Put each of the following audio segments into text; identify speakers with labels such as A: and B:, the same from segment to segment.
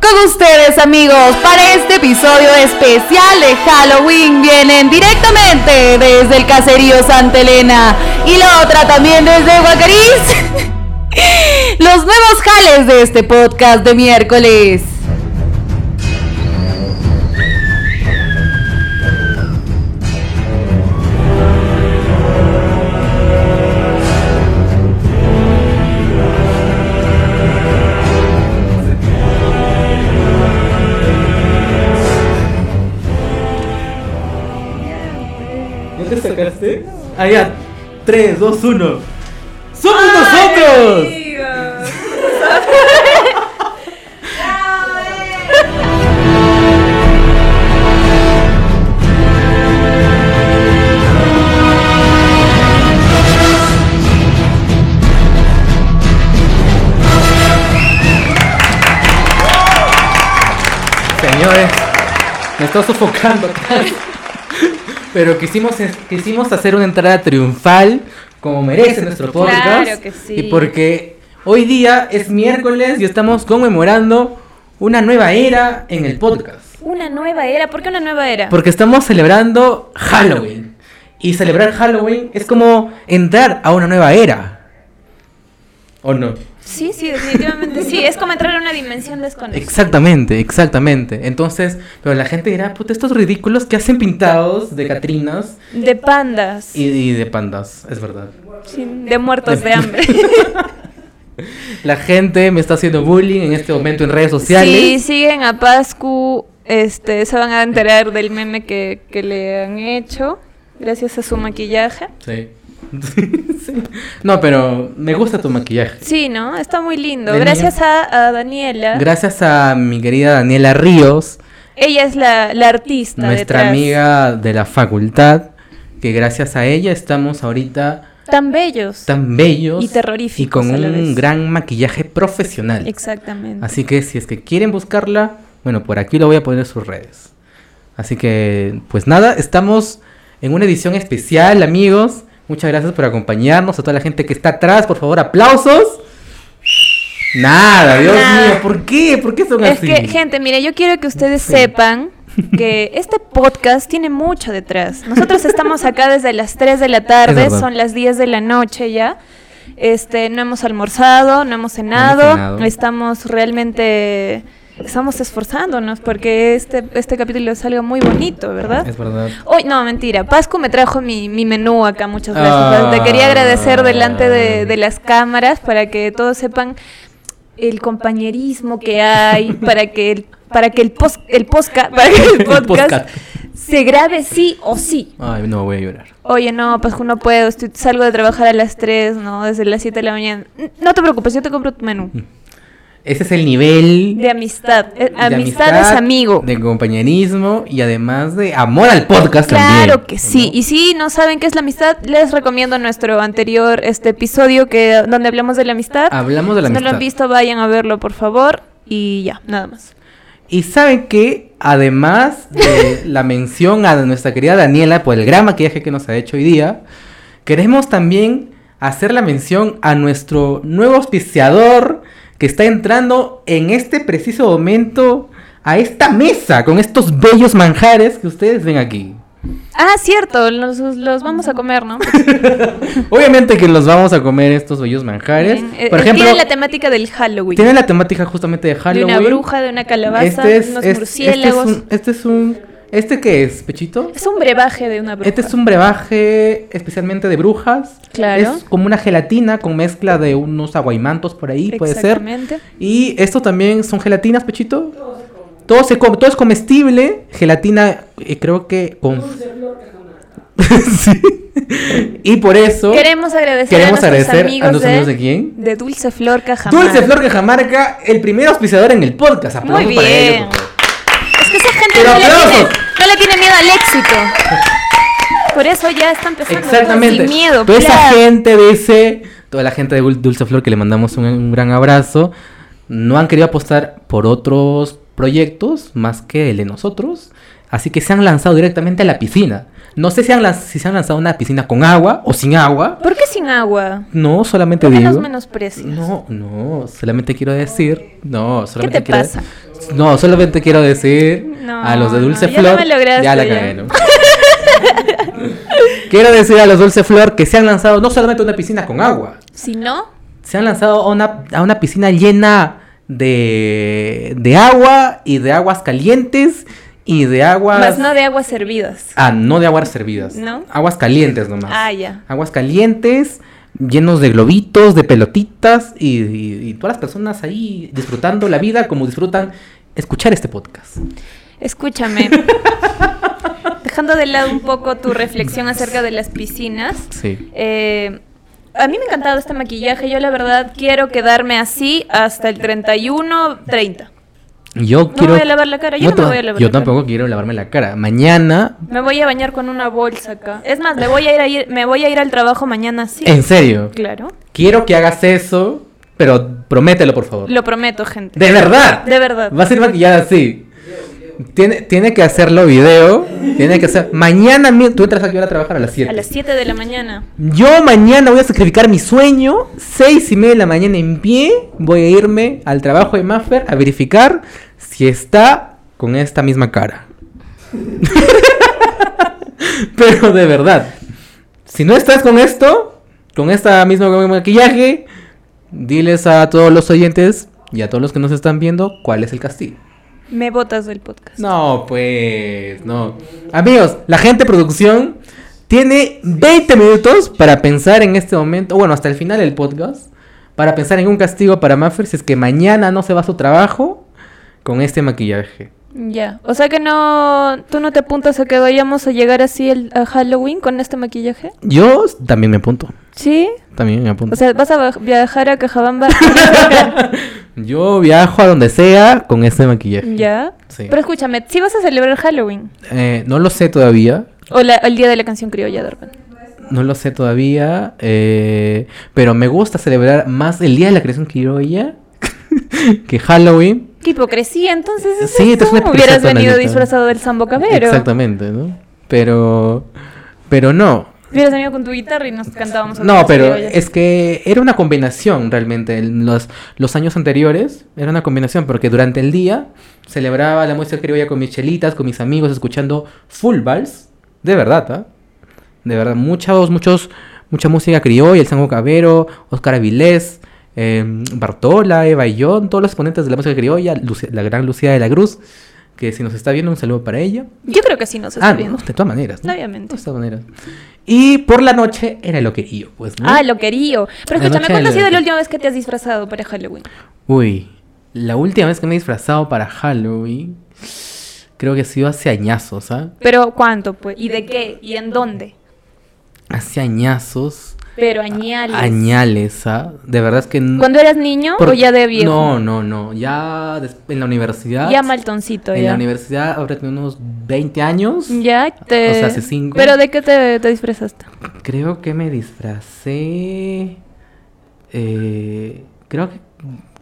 A: con ustedes amigos para este episodio especial de Halloween. Vienen directamente desde el caserío Santa Elena y la otra también desde Guacarís. Los nuevos jales de este podcast de miércoles.
B: ¿No te sacaste? Ah, Allá, 3, 2, 1. ¡Somos nosotros! Señores, me está sofocando. Pero quisimos, quisimos hacer una entrada triunfal como merece nuestro podcast.
C: Claro que sí.
B: Y porque hoy día es miércoles y estamos conmemorando una nueva era en el podcast.
C: Una nueva era. ¿Por qué una nueva era?
B: Porque estamos celebrando Halloween. Y celebrar Halloween es como entrar a una nueva era. ¿O no?
C: Sí, sí, definitivamente sí. Es como entrar a una dimensión desconocida.
B: Exactamente, exactamente. Entonces, pero la gente dirá, puta, estos ridículos que hacen pintados de Catrinas
C: De pandas.
B: y, y de pandas, es verdad.
C: Sí, de muertos de hambre.
B: La gente me está haciendo bullying en este momento en redes
C: Si
B: sociales.
C: siguen a Pascu, este, se van a enterar del meme que, que le han hecho. Gracias a su maquillaje.
B: Sí. Sí. No, pero me gusta tu maquillaje.
C: Sí, ¿no? Está muy lindo.
B: De niña.
C: Gracias a, a Daniela.
B: Gracias a mi querida Daniela Ríos,
C: Ella es la, la artista.
B: nuestra
C: detrás.
B: amiga de la facultad, que gracias a ella estamos ahorita
C: Tan bellos.
B: tan bellos
C: Y terroríficos
B: y con
C: a la
B: un
C: vez.
B: gran maquillaje profesional.
C: Exactamente.
B: Así que si es que quieren buscarla, bueno, por aquí lo voy a poner en sus redes. Así que, pues nada, estamos en una edición especial, amigos. Muchas gracias por acompañarnos. A toda la gente que está atrás, por favor, aplausos. Nada, Dios
C: Nada.
B: mío, ¿por qué? ¿Por qué son
C: Es
B: así?
C: que, gente, mire, yo quiero que ustedes
B: Sí.
C: sepan que este podcast tiene mucho detrás. Nosotros estamos acá desde las 3 de la tarde,
B: verdad.
C: son las 10 de la noche ya. Este, no hemos almorzado, no hemos cenado,
B: cenado.
C: estamos realmente estamos esforzándonos porque este este capítulo salga muy bonito, ¿verdad?
B: Es verdad.
C: Hoy, no, mentira. Pascu me trajo mi, mi menú acá, muchas gracias.
B: Ah.
C: Te quería agradecer delante de, de las cámaras para que todos sepan el compañerismo que hay, para que el, para que el, pos, el, posca, para que el
B: El
C: podcast
B: podcast.
C: se grabe sí o sí.
B: Ay, no, voy a llorar.
C: Oye, no, Pascu, no puedo. estoy- salgo de trabajar a las 3, ¿no? Desde las 7 de la mañana. N- No te preocupes, yo te compro tu menú.
B: Mm. Ese es el nivel
C: De amistad. Eh,
B: de
C: amistad, es amigo.
B: De compañerismo y además de amor al podcast también.
C: Claro que sí.
B: ¿no?
C: Y si no saben qué es la amistad, les recomiendo nuestro anterior este episodio que donde hablamos de la amistad.
B: Hablamos de la
C: si no lo
B: amistad.
C: han visto, vayan a verlo, por favor. Y ya, nada más.
B: Y saben que, además de la mención a nuestra querida Daniela por el gran maquillaje que nos ha hecho hoy día, queremos también hacer la mención a nuestro nuevo auspiciador que está entrando en este preciso momento a esta mesa con estos bellos manjares que ustedes ven aquí.
C: Ah, cierto, los, los vamos a comer, ¿no?
B: Obviamente que los vamos a comer estos bellos manjares.
C: Bien. Eh,
B: Por
C: eh,
B: ejemplo,
C: tiene la temática del Halloween.
B: tienen la temática justamente de
C: De
B: Halloween.
C: una bruja, de una calabaza,
B: Este es,
C: unos
B: es-
C: murciélagos.
B: Este es un, este es un- ¿este qué es, Pechito?
C: es un brebaje de una bruja.
B: Este es un brebaje especialmente de brujas.
C: Claro.
B: Es como una gelatina con mezcla de unos aguaimantos por ahí, puede ser.
C: Exactamente.
B: Y esto también son gelatinas, Pechito. Todo se come, todo es comestible, gelatina eh, creo que con Sí. Y por eso
C: Queremos agradecer
B: queremos
C: a nuestros
B: agradecer
C: amigos,
B: a los amigos
C: de,
B: de quién?
C: de Dulce Flor Cajamar.
B: Dulce Flor Cajamarca, el primer auspiciador en el podcast. Aplausos
C: Muy
B: para
C: bien.
B: ellos, por favor.
C: Es que esa gente
B: Pero
C: no le, tiene,
B: aplausos.
C: no le tiene miedo al éxito. Por eso ya está empezando
B: Exactamente.
C: pues, sin miedo.
B: toda esa
C: claro.
B: gente dice, toda la gente de Dul- Dulce Flor que le mandamos un, un gran abrazo, no han querido apostar por otros proyectos más que el de nosotros. Así que se han lanzado directamente a la piscina. No sé si, han lan- si se han lanzado a una piscina con agua o sin agua.
C: ¿Por qué sin agua?
B: No, solamente
C: ¿Por qué
B: digo.
C: los menosprecias?
B: No, no, solamente quiero decir. No, solamente
C: te
B: quiero.
C: pasa?
B: No, solamente quiero decir
C: No,
B: a los de Dulce
C: no, ya
B: Flor.
C: no me lograste,
B: ya la
C: ya.
B: cagué, ¿no? quiero decir a los Dulce Flor que se han lanzado no solamente a una piscina con agua,
C: Si no,
B: se han lanzado a una, a una piscina llena de, de agua y de aguas calientes y de aguas.
C: más no de aguas servidas.
B: Ah, no de aguas servidas.
C: ¿No?
B: Aguas calientes nomás.
C: Ah, ya.
B: Aguas calientes, llenos de globitos, de pelotitas y, y- y todas las personas ahí disfrutando la vida como disfrutan escuchar este podcast.
C: Escúchame. Dejando de lado un poco tu reflexión acerca de las piscinas,
B: Sí.
C: eh, a mí me ha encantado este maquillaje. Yo la verdad quiero quedarme así hasta el 31, 30.
B: Yo
C: No
B: quiero.
C: me voy a lavar la cara. Yo, no
B: ta-
C: me voy a lavar
B: yo
C: la cara.
B: tampoco quiero lavarme la cara. Mañana.
C: Me voy a bañar con una bolsa acá. Es más, me voy a ir, a ir- me voy a ir al trabajo mañana sí.
B: En serio.
C: Claro.
B: Quiero que hagas eso, pero promételo, por favor.
C: Lo prometo, gente.
B: De verdad.
C: De verdad.
B: Va a ser maquillada así. Tiene, tiene que hacerlo video. Tiene que hacer. Mañana mi- tú entras aquí a trabajar a las 7.
C: A las 7 de la mañana.
B: Yo mañana voy a sacrificar mi sueño. Seis y media de la mañana en pie. Voy a irme al trabajo de Maffer a verificar si está con esta misma cara. Pero de verdad, si no estás con esto, con esta misma gama de maquillaje, diles a todos los oyentes y a todos los que nos están viendo cuál es el castigo.
C: Me botas del podcast.
B: No, pues, no. Amigos, la gente de producción tiene 20 minutos para pensar en este momento, bueno, hasta el final del podcast, para pensar en un castigo para Maffer si es que mañana no se va a su trabajo con este maquillaje.
C: Ya. O sea que no. ¿Tú no te apuntas a que vayamos a llegar así el, a Halloween con este maquillaje?
B: Yo también me apunto,
C: Sí.
B: también me apunto.
C: O sea, vas a va- viajar a Cajabamba.
B: Yo viajo a donde sea con este maquillaje.
C: ya.
B: Sí.
C: Pero escúchame, ¿sí vas a celebrar Halloween?
B: Eh, no lo sé todavía,
C: O la- el día de la canción criolla, Darwin.
B: No lo sé todavía, eh, pero me gusta celebrar más el Día de la Creación Criolla que Halloween.
C: Qué hipocresía, entonces. eso
B: Sí,
C: es
B: te es una
C: tú. hubieras
B: hipocresía,
C: venido
B: Tonanita.
C: disfrazado del Sambo Cabero.
B: Exactamente, ¿no? Pero, pero no.
C: Hubieras venido con tu guitarra y nos cantábamos.
B: No,
C: algunas
B: pero
C: criollas.
B: es que era una combinación realmente. En los, los años anteriores era una combinación porque durante el día celebraba la música criolla con mis chelitas, con mis amigos, escuchando full vals. De verdad, ¿ah? De verdad, muchos, muchos, mucha música criolla, el Sango Cabero, Oscar Avilés, eh, Bartola, Eva Young, todos los exponentes de la música criolla, Lucia- la gran Lucía de la Cruz, que si nos está viendo, un saludo para ella.
C: Yo creo que sí nos está
B: Ah,
C: viendo.
B: no, de todas maneras. ¿no?
C: Obviamente.
B: De todas maneras. Y por la noche era lo que yo, pues, ¿no?
C: Ah, lo quería. Pero
B: La
C: escúchame,
B: noche
C: ¿cuándo ha
B: del-
C: sido la última vez que te has disfrazado para Halloween?
B: Uy, la última vez que me he disfrazado para Halloween, creo que ha sido hace añazos, ¿ah?
C: Pero ¿cuánto? pues? ¿Y de qué? ¿Y en dónde?
B: Hace añazos.
C: Pero añales.
B: Añales, ¿ah? De verdad es que... n-
C: ¿Cuándo eras niño
B: por-
C: o ya de viejo?
B: No, no, no. Ya des- en la universidad...
C: Ya maltoncito,
B: En
C: ya.
B: la universidad habrá tenido unos 20 años.
C: Ya te...
B: O sea, hace cinco.
C: ¿Pero de qué te, te disfrazaste?
B: Creo que me disfracé... eh, creo que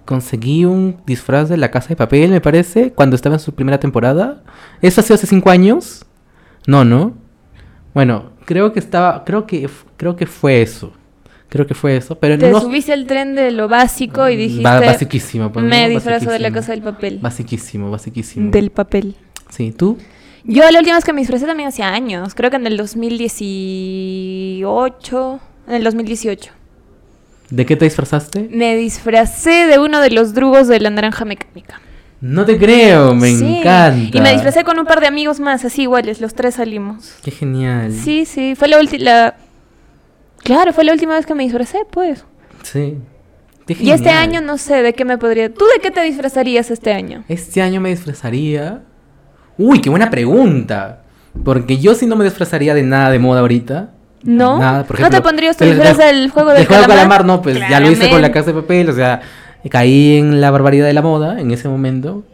B: conseguí un disfraz de La Casa de Papel, me parece, cuando estaba en su primera temporada. ¿Eso ha sido hace cinco años? No, no. Bueno, creo que estaba... Creo que, f- creo que fue eso. Creo que fue eso. Pero en
C: Te
B: unos...
C: subiste al tren de lo básico y dijiste...
B: Ba- basiquísimo, pues,
C: me
B: ¿no?
C: disfrazo de la
B: Basiquísimo.
C: casa del papel.
B: Basiquísimo, basiquísimo.
C: Del papel.
B: Sí, tú.
C: Yo la última vez que me disfrazé también hacía años. Creo que en el 2018. En el 2018.
B: ¿De qué te disfrazaste?
C: Me disfracé de uno de los drugos de la naranja mecánica.
B: No te creo, me
C: Sí,
B: encanta.
C: Y me disfracé con un par de amigos más, así iguales, los tres salimos.
B: Qué genial.
C: Sí, sí, fue la última... Claro, fue la última vez que me disfracé, pues.
B: Sí. Qué
C: Y este
B: genial.
C: año no sé de qué me podría... ¿Tú de qué te disfrazarías este año?
B: Este año me disfrazaría. Uy, qué buena pregunta. Porque yo sí no me disfrazaría de nada de moda ahorita.
C: ¿No?
B: Nada, por
C: ¿No
B: ejemplo,
C: te pondrías tu
B: del-
C: disfraz del juego del,
B: juego
C: calamar?
B: no, pues ya lo hice con la
C: Claramente.
B: casa de papel, o sea, caí en la barbaridad de la moda en ese momento.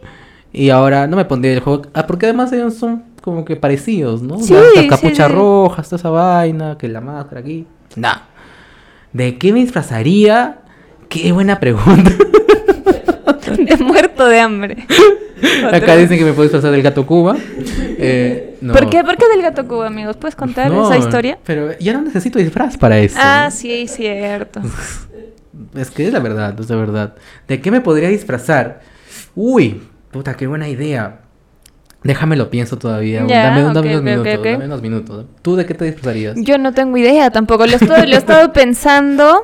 B: Y ahora no me pondría el juego. Ah, porque además ellos son como que parecidos, ¿no?
C: Sí,
B: Las- las
C: sí,
B: capuchas
C: sí.
B: rojas, toda esa vaina, que la máscara aquí. Nah. ¿De qué me disfrazaría? Qué buena pregunta.
C: De muerto de hambre.
B: Acá dicen que me puedo disfrazar del gato Cuba. Eh, no.
C: ¿Por qué? ¿Por qué del gato Cuba, amigos? ¿Puedes contar
B: No,
C: esa historia?
B: Pero ya no necesito disfraz para eso.
C: Ah, sí, cierto.
B: Es que es la verdad, es la verdad. ¿De qué me podría disfrazar? Uy, puta, qué buena idea. Déjamelo pienso todavía.
C: Ya,
B: dame, dame
C: ok,
B: unos
C: ok,
B: minutos,
C: ok, ok.
B: dame unos minutos. ¿Tú de qué te disfrazarías?
C: Yo no tengo idea tampoco. Lo he estado, lo he estado pensando.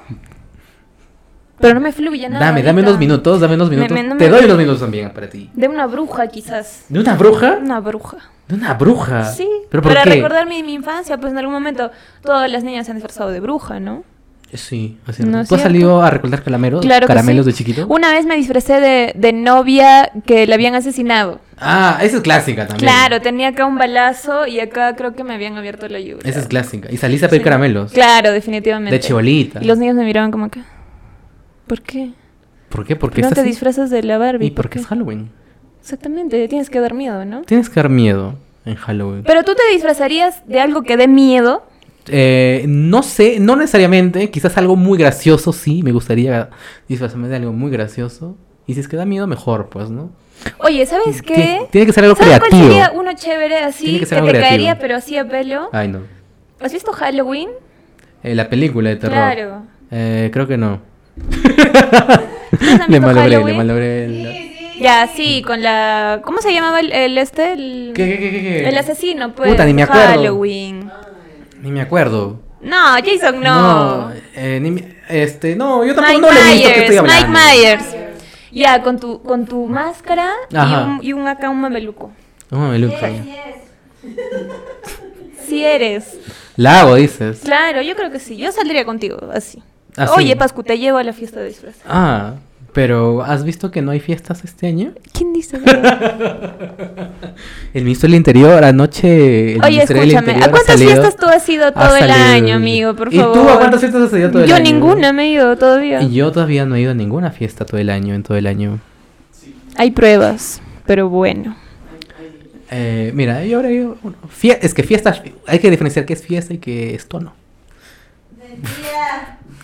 C: Pero no me fluye nada.
B: dame, dame
C: ahorita.
B: unos minutos, dame unos
C: Me-
B: minutos.
C: me- no
B: Te
C: me-
B: doy unos minutos también para ti.
C: De una bruja, quizás.
B: ¿De una bruja?
C: Una bruja.
B: ¿De una bruja?
C: Sí.
B: Ah, ¿Pero por
C: para
B: qué?
C: recordar mi, mi infancia, pues en algún momento todas las niñas se han disfrazado de bruja, ¿no?
B: Sí, así
C: No es
B: ¿Tú has
C: cierto.
B: salido a recolectar calameros?
C: Claro que
B: ¿Caramelos
C: sí.
B: de chiquito?
C: Una vez me disfracé de, de novia que la habían asesinado.
B: Ah, esa es clásica también.
C: Claro, tenía acá un balazo y acá creo que me habían abierto la lluvia.
B: Esa es clásica. Y saliste a pedir
C: Sí.
B: caramelos.
C: Claro, definitivamente.
B: De chibolita.
C: Y los niños me miraban como que... ¿Por qué?
B: ¿Por qué?
C: ¿Por
B: Porque
C: qué no
B: estás
C: te disfrazas de la Barbie?
B: Y porque es Halloween.
C: Exactamente, tienes que dar miedo, ¿no?
B: Tienes que dar miedo en Halloween.
C: Pero tú te disfrazarías de algo que dé miedo.
B: Eh, no sé, no necesariamente. Quizás algo muy gracioso, sí. Me gustaría disfrazarme de algo muy gracioso. Y si es que da miedo, mejor, pues, ¿no?
C: Oye, ¿sabes
B: Tiene,
C: qué?
B: tiene que ser algo
C: ¿Sabes cuál
B: creativo.
C: sería uno chévere así
B: Tiene
C: que,
B: que ser
C: te
B: algo creativo. Ah.
C: caería pero así a pelo?
B: Ay, no.
C: ¿Has visto Halloween?
B: Eh, la película de terror.
C: Claro.
B: Eh, creo que no.
C: ¿Ustedes han
B: Le
C: visto
B: malogré, le
C: Halloween?
B: malogré. el-
C: Ya, sí, con la... ¿Cómo se llamaba el, el este? El,
B: ¿Qué, qué, qué, qué, qué?
C: el asesino, pues.
B: Puta, ni me acuerdo.
C: Halloween.
B: Ni me acuerdo.
C: No, Jason, no.
B: eh, ni me- este, no, yo tampoco
C: Mike
B: no le he visto que estoy
C: Myers,
B: hablando.
C: Mike Myers. Ya, con tu, con tu máscara y
B: Ajá.
C: un, y un acá, un mameluco.
B: No, mameluco.
C: Si eres.
B: La hago, dices.
C: Claro, yo creo que sí. Yo saldría contigo, así.
B: Así.
C: Oye, Pascu, te llevo a la fiesta de disfraz.
B: Ah, pero ¿has visto que no hay fiestas este año?
C: ¿Quién dice?
B: El ministro del Interior, anoche. El
C: Oye,
B: ministro del
C: escúchame,
B: Interior
C: ¿a
B: ha
C: cuántas
B: salido-
C: fiestas tú has ido
B: ha
C: todo el
B: salido-
C: año, amigo? Por favor.
B: ¿Y tú a cuántas fiestas has ido todo el
C: Yo
B: año?
C: ninguna me he ido todavía.
B: Y Yo todavía no he ido a ninguna fiesta todo el año, en todo el año.
C: Hay pruebas, pero bueno.
B: Eh, mira, yo ahora ido. bueno, fie- es que fiestas. Hay que diferenciar qué es fiesta y qué es tono.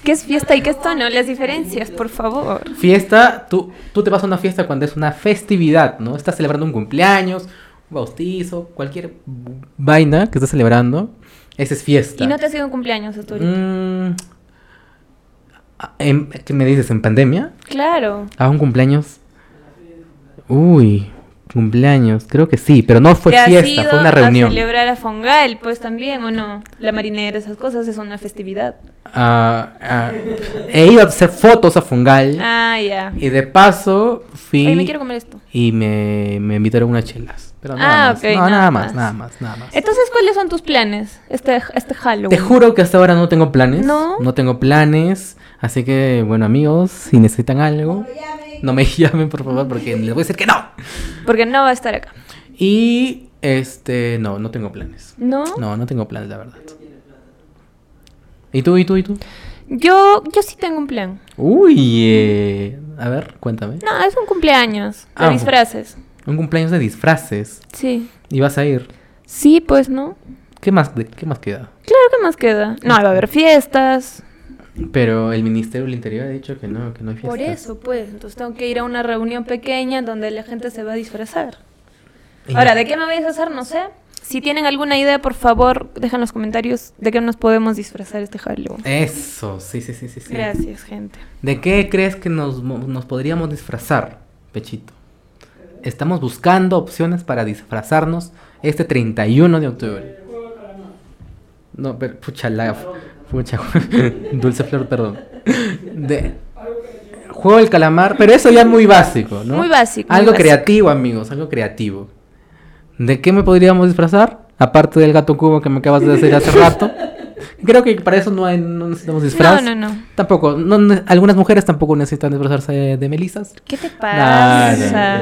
C: ¿Qué es fiesta y qué es tono? Las diferencias, por favor.
B: Fiesta, tú, tú te vas a una fiesta cuando es una festividad, ¿no? Estás celebrando un cumpleaños, un bautizo, cualquier vaina que estés celebrando. Esa es fiesta.
C: Y no te ha sido un cumpleaños hasta ahorita.
B: Mm, a- Mm, en- ¿Qué me dices? ¿En pandemia?
C: Claro.
B: ¿A un cumpleaños? Uy, cumpleaños, creo que sí, pero no fue
C: Te has
B: fiesta,
C: ido
B: fue una reunión.
C: A celebrar a Fongal, pues también, ¿o no? La marinera, esas cosas, es una festividad.
B: Ah, ah, he ido a hacer fotos a Fungal
C: Ah, ya.
B: y de paso fui
C: Ay, me quiero comer esto.
B: y me, me invitaron unas chelas. Pero
C: Ah,
B: nada más,
C: ok,
B: no,
C: nada
B: nada, más,
C: más. Este
B: nada más, nada más.
C: Entonces, ¿cuáles son tus planes este, este Halloween?
B: Te juro que hasta ahora no tengo planes.
C: No.
B: tengo planes. Así que, bueno, amigos, si necesitan algo, no me llamen, por favor, porque les voy a decir que no.
C: Porque no va a estar acá.
B: Y, este, no, no tengo planes.
C: ¿No?
B: No, no tengo planes, la verdad. ¿Y tú, y tú, y tú?
C: Yo, yo sí tengo un plan.
B: Uy, eh, a ver, cuéntame.
C: No, es un cumpleaños. De
B: Ah,
C: disfraces.
B: Un cumpleaños de disfraces.
C: Sí.
B: Y vas a ir.
C: Sí, pues, ¿no?
B: ¿Qué más, de- qué más queda?
C: Claro que más queda. No, va a haber fiestas.
B: Pero el Ministerio del Interior ha dicho que no, que no hay fiestas.
C: Por eso, pues. Entonces tengo que ir a una reunión pequeña donde la gente se va a disfrazar.
B: Y-
C: Ahora, ¿de qué me voy a disfrazar? No sé. Si tienen alguna idea, por favor, dejen los comentarios de qué nos podemos disfrazar este Halloween.
B: Eso, sí, sí, Eh, sí, sí. sí.
C: Gracias, gente.
B: ¿De qué crees que nos, mo- nos podríamos disfrazar, Pechito? Estamos buscando opciones para disfrazarnos este 31 de octubre. No, pero pucha, la, pucha, dulce flor, perdón. De, juego del calamar, pero eso ya es muy básico, ¿no?
C: Muy básico, muy
B: Algo
C: básico.
B: creativo, amigos, algo creativo. ¿De qué me podríamos disfrazar? Aparte del gato cubo que me acabas de decir hace rato. Creo que para eso no, hay, no necesitamos disfraz.
C: No, no, no.
B: Tampoco, no ne- algunas mujeres tampoco necesitan disfrazarse de melisas.
C: ¿Qué te pasa?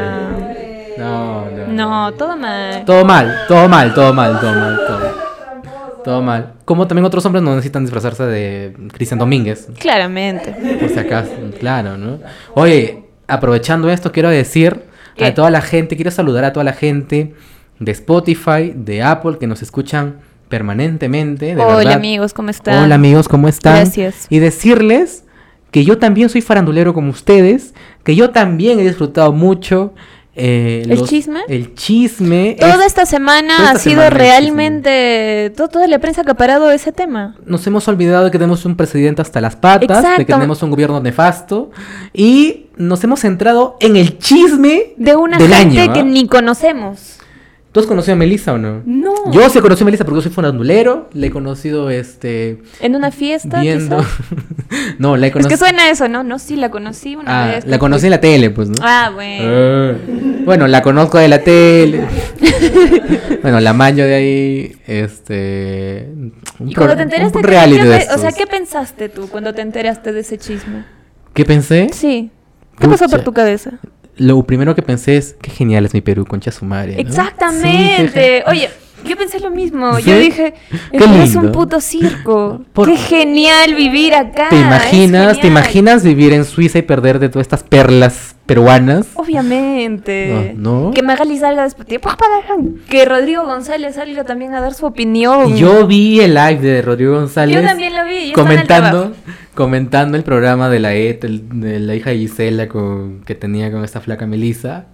B: No, no.
C: No, todo mal.
B: Todo mal, todo mal, todo mal, todo mal, todo mal. Todo mal. Como también otros hombres no necesitan disfrazarse de Cristian Domínguez,
C: Claramente.
B: por si acaso, claro, ¿no? Oye, aprovechando esto, quiero decir
C: ¿Qué?
B: a toda la gente, quiero saludar a toda la gente de Spotify, de Apple, que nos escuchan permanentemente. De
C: Hola,
B: verdad.
C: amigos, ¿cómo están?
B: Hola amigos, ¿cómo están?
C: Gracias.
B: Y decirles que yo también soy farandulero como ustedes, que yo también he disfrutado mucho eh,
C: ¿El chisme?
B: El chisme.
C: Toda
B: es-
C: esta semana
B: toda esta
C: ha sido
B: semana es chisme.
C: realmente to- toda la prensa que ha parado ese tema.
B: Nos hemos olvidado de que tenemos un presidente hasta las patas, de que
C: Exacto.
B: tenemos un gobierno nefasto y nos hemos centrado en el chisme.
C: De una
B: Del
C: gente
B: año, ¿ah?
C: que ni conocemos.
B: ¿Tú has conocido a Melissa o no?
C: No.
B: Yo sí he conocido a Melissa porque yo soy farandulero, le he conocido este
C: en una fiesta,
B: viendo.
C: quizás.
B: no, la he
C: Es
B: conocido.
C: que suena eso, ¿no? No, sí, la conocí una
B: Ah,
C: vez.
B: la conocí en la tele, pues, ¿no?
C: Ah, bueno.
B: Ah. Bueno, la conozco de la tele. bueno, la maño de ahí. Este. Un,
C: Y
B: pro-
C: cuando te enteraste,
B: un
C: ¿qué-
B: reality
C: qué
B: de
C: pe- o sea,
B: estos.
C: ¿qué pensaste tú cuando te enteraste de ese chisme?
B: ¿Qué pensé?
C: Sí. ¿Qué pasó por
B: Pucha.
C: tu cabeza?
B: Lo primero que pensé es: Qué genial es mi Perú, concha su madre. ¿no? Sí, qué
C: Exactamente.
B: gen-
C: Oye, yo pensé lo mismo.
B: ¿Sí?
C: Yo dije,
B: Qué
C: "Esto es
B: lindo".
C: un puto circo.
B: Por-
C: Qué genial vivir acá.
B: ¿Te
C: es
B: imaginas, ¿Te
C: genial".
B: imaginas vivir en Suiza y perder de todas estas perlas peruanas?
C: Obviamente.
B: Ah, No, no.
C: Que Magali salga después. de- Que Rodrigo González salga también a dar su opinión.
B: Y Yo vi el live de Rodrigo González.
C: Oh, Yo también lo vi. yo estaba en el
B: comentando,
C: trabajo.
B: comentando el programa de la ET, el- de la hija de Gisela con, que tenía con esta flaca Melissa.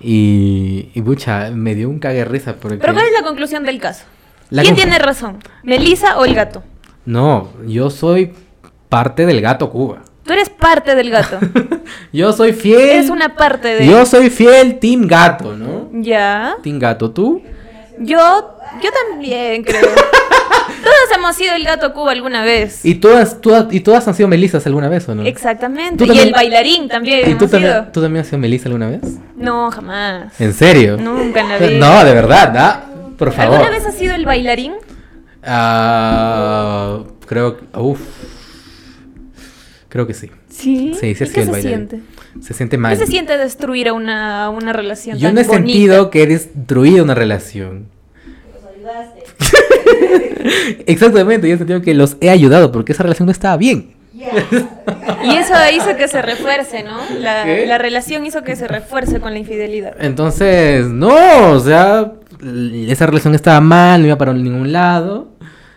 B: Y, y pucha, me dio un cague de risa porque...
C: Pero ¿cuál es la conclusión del caso?
B: La
C: ¿Quién
B: conf-
C: tiene razón? ¿Melissa o el gato?
B: No, yo soy parte del gato Cuba.
C: Tú eres parte del gato.
B: Yo soy fiel...
C: eres una parte de.
B: Yo soy fiel Team Gato, ¿no?
C: Ya.
B: Team Gato, ¿tú?
C: Yo. Yo también creo. Todos hemos sido el gato Cuba alguna vez.
B: Y todas, todas- y todas han sido Melissas alguna vez, ¿o no?
C: Exactamente.
B: Tú
C: Y
B: también-
C: el bailarín también.
B: ¿Y tú
C: hemos
B: también,
C: sido.
B: tú también has sido Melissa alguna vez?
C: No, jamás.
B: ¿En serio?
C: Nunca en la vida.
B: No, de verdad, ¿no? Por favor.
C: ¿Alguna vez has sido el bailarín?
B: Ah, creo que. Uf. Creo que sí.
C: Sí.
B: Sí, sí,
C: ¿Y
B: sí,
C: ¿Qué
B: el
C: se
B: bailarín.
C: siente?
B: Se siente mal.
C: ¿Qué se siente destruir a una, a una relación
B: Yo
C: tan
B: no he
C: bonita?
B: sentido que he destruido una relación. Exactamente, yo he sentido que los he ayudado porque esa relación no estaba bien.
C: Y eso hizo que se refuerce, ¿no? La,
B: ¿Qué?
C: la relación hizo que se refuerce con la infidelidad.
B: Entonces, no, o sea, l- esa relación estaba mal, no iba para ningún lado.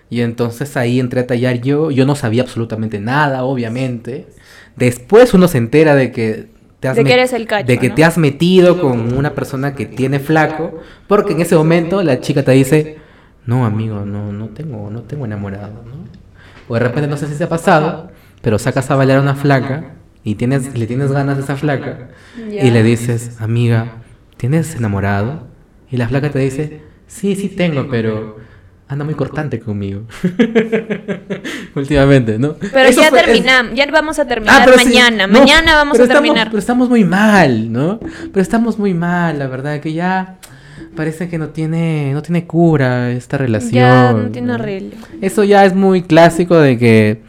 B: Y entonces ahí entré a tallar yo. Yo no sabía absolutamente nada, obviamente. Después uno se entera de que te
C: De que
B: met-
C: eres el cacho,
B: de que
C: ¿no?
B: te has metido con una persona que tiene flaco, porque en ese momento la chica te dice, "No, amigo, no no tengo no tengo enamorado", ¿no? O de repente no sé si se ha pasado, pero sacas a bailar a una flaca y tienes le tienes ganas de esa flaca y le dices, "Amiga, ¿tienes enamorado?" Y la flaca te dice, "Sí, sí tengo, pero anda muy cortante conmigo." Últimamente, ¿no?
C: Pero
B: Eso
C: ya
B: fue- es-
C: terminamos, ya vamos a
B: Ah,
C: terminar
B: pero sí.
C: mañana.
B: No,
C: mañana vamos
B: pero
C: a
B: estamos-
C: terminar.
B: pero estamos muy mal, ¿no? Pero estamos muy mal, la verdad, que ya parece que no tiene, no tiene cura esta relación.
C: ya no tiene arreglo.
B: Eso ya es muy clásico de que,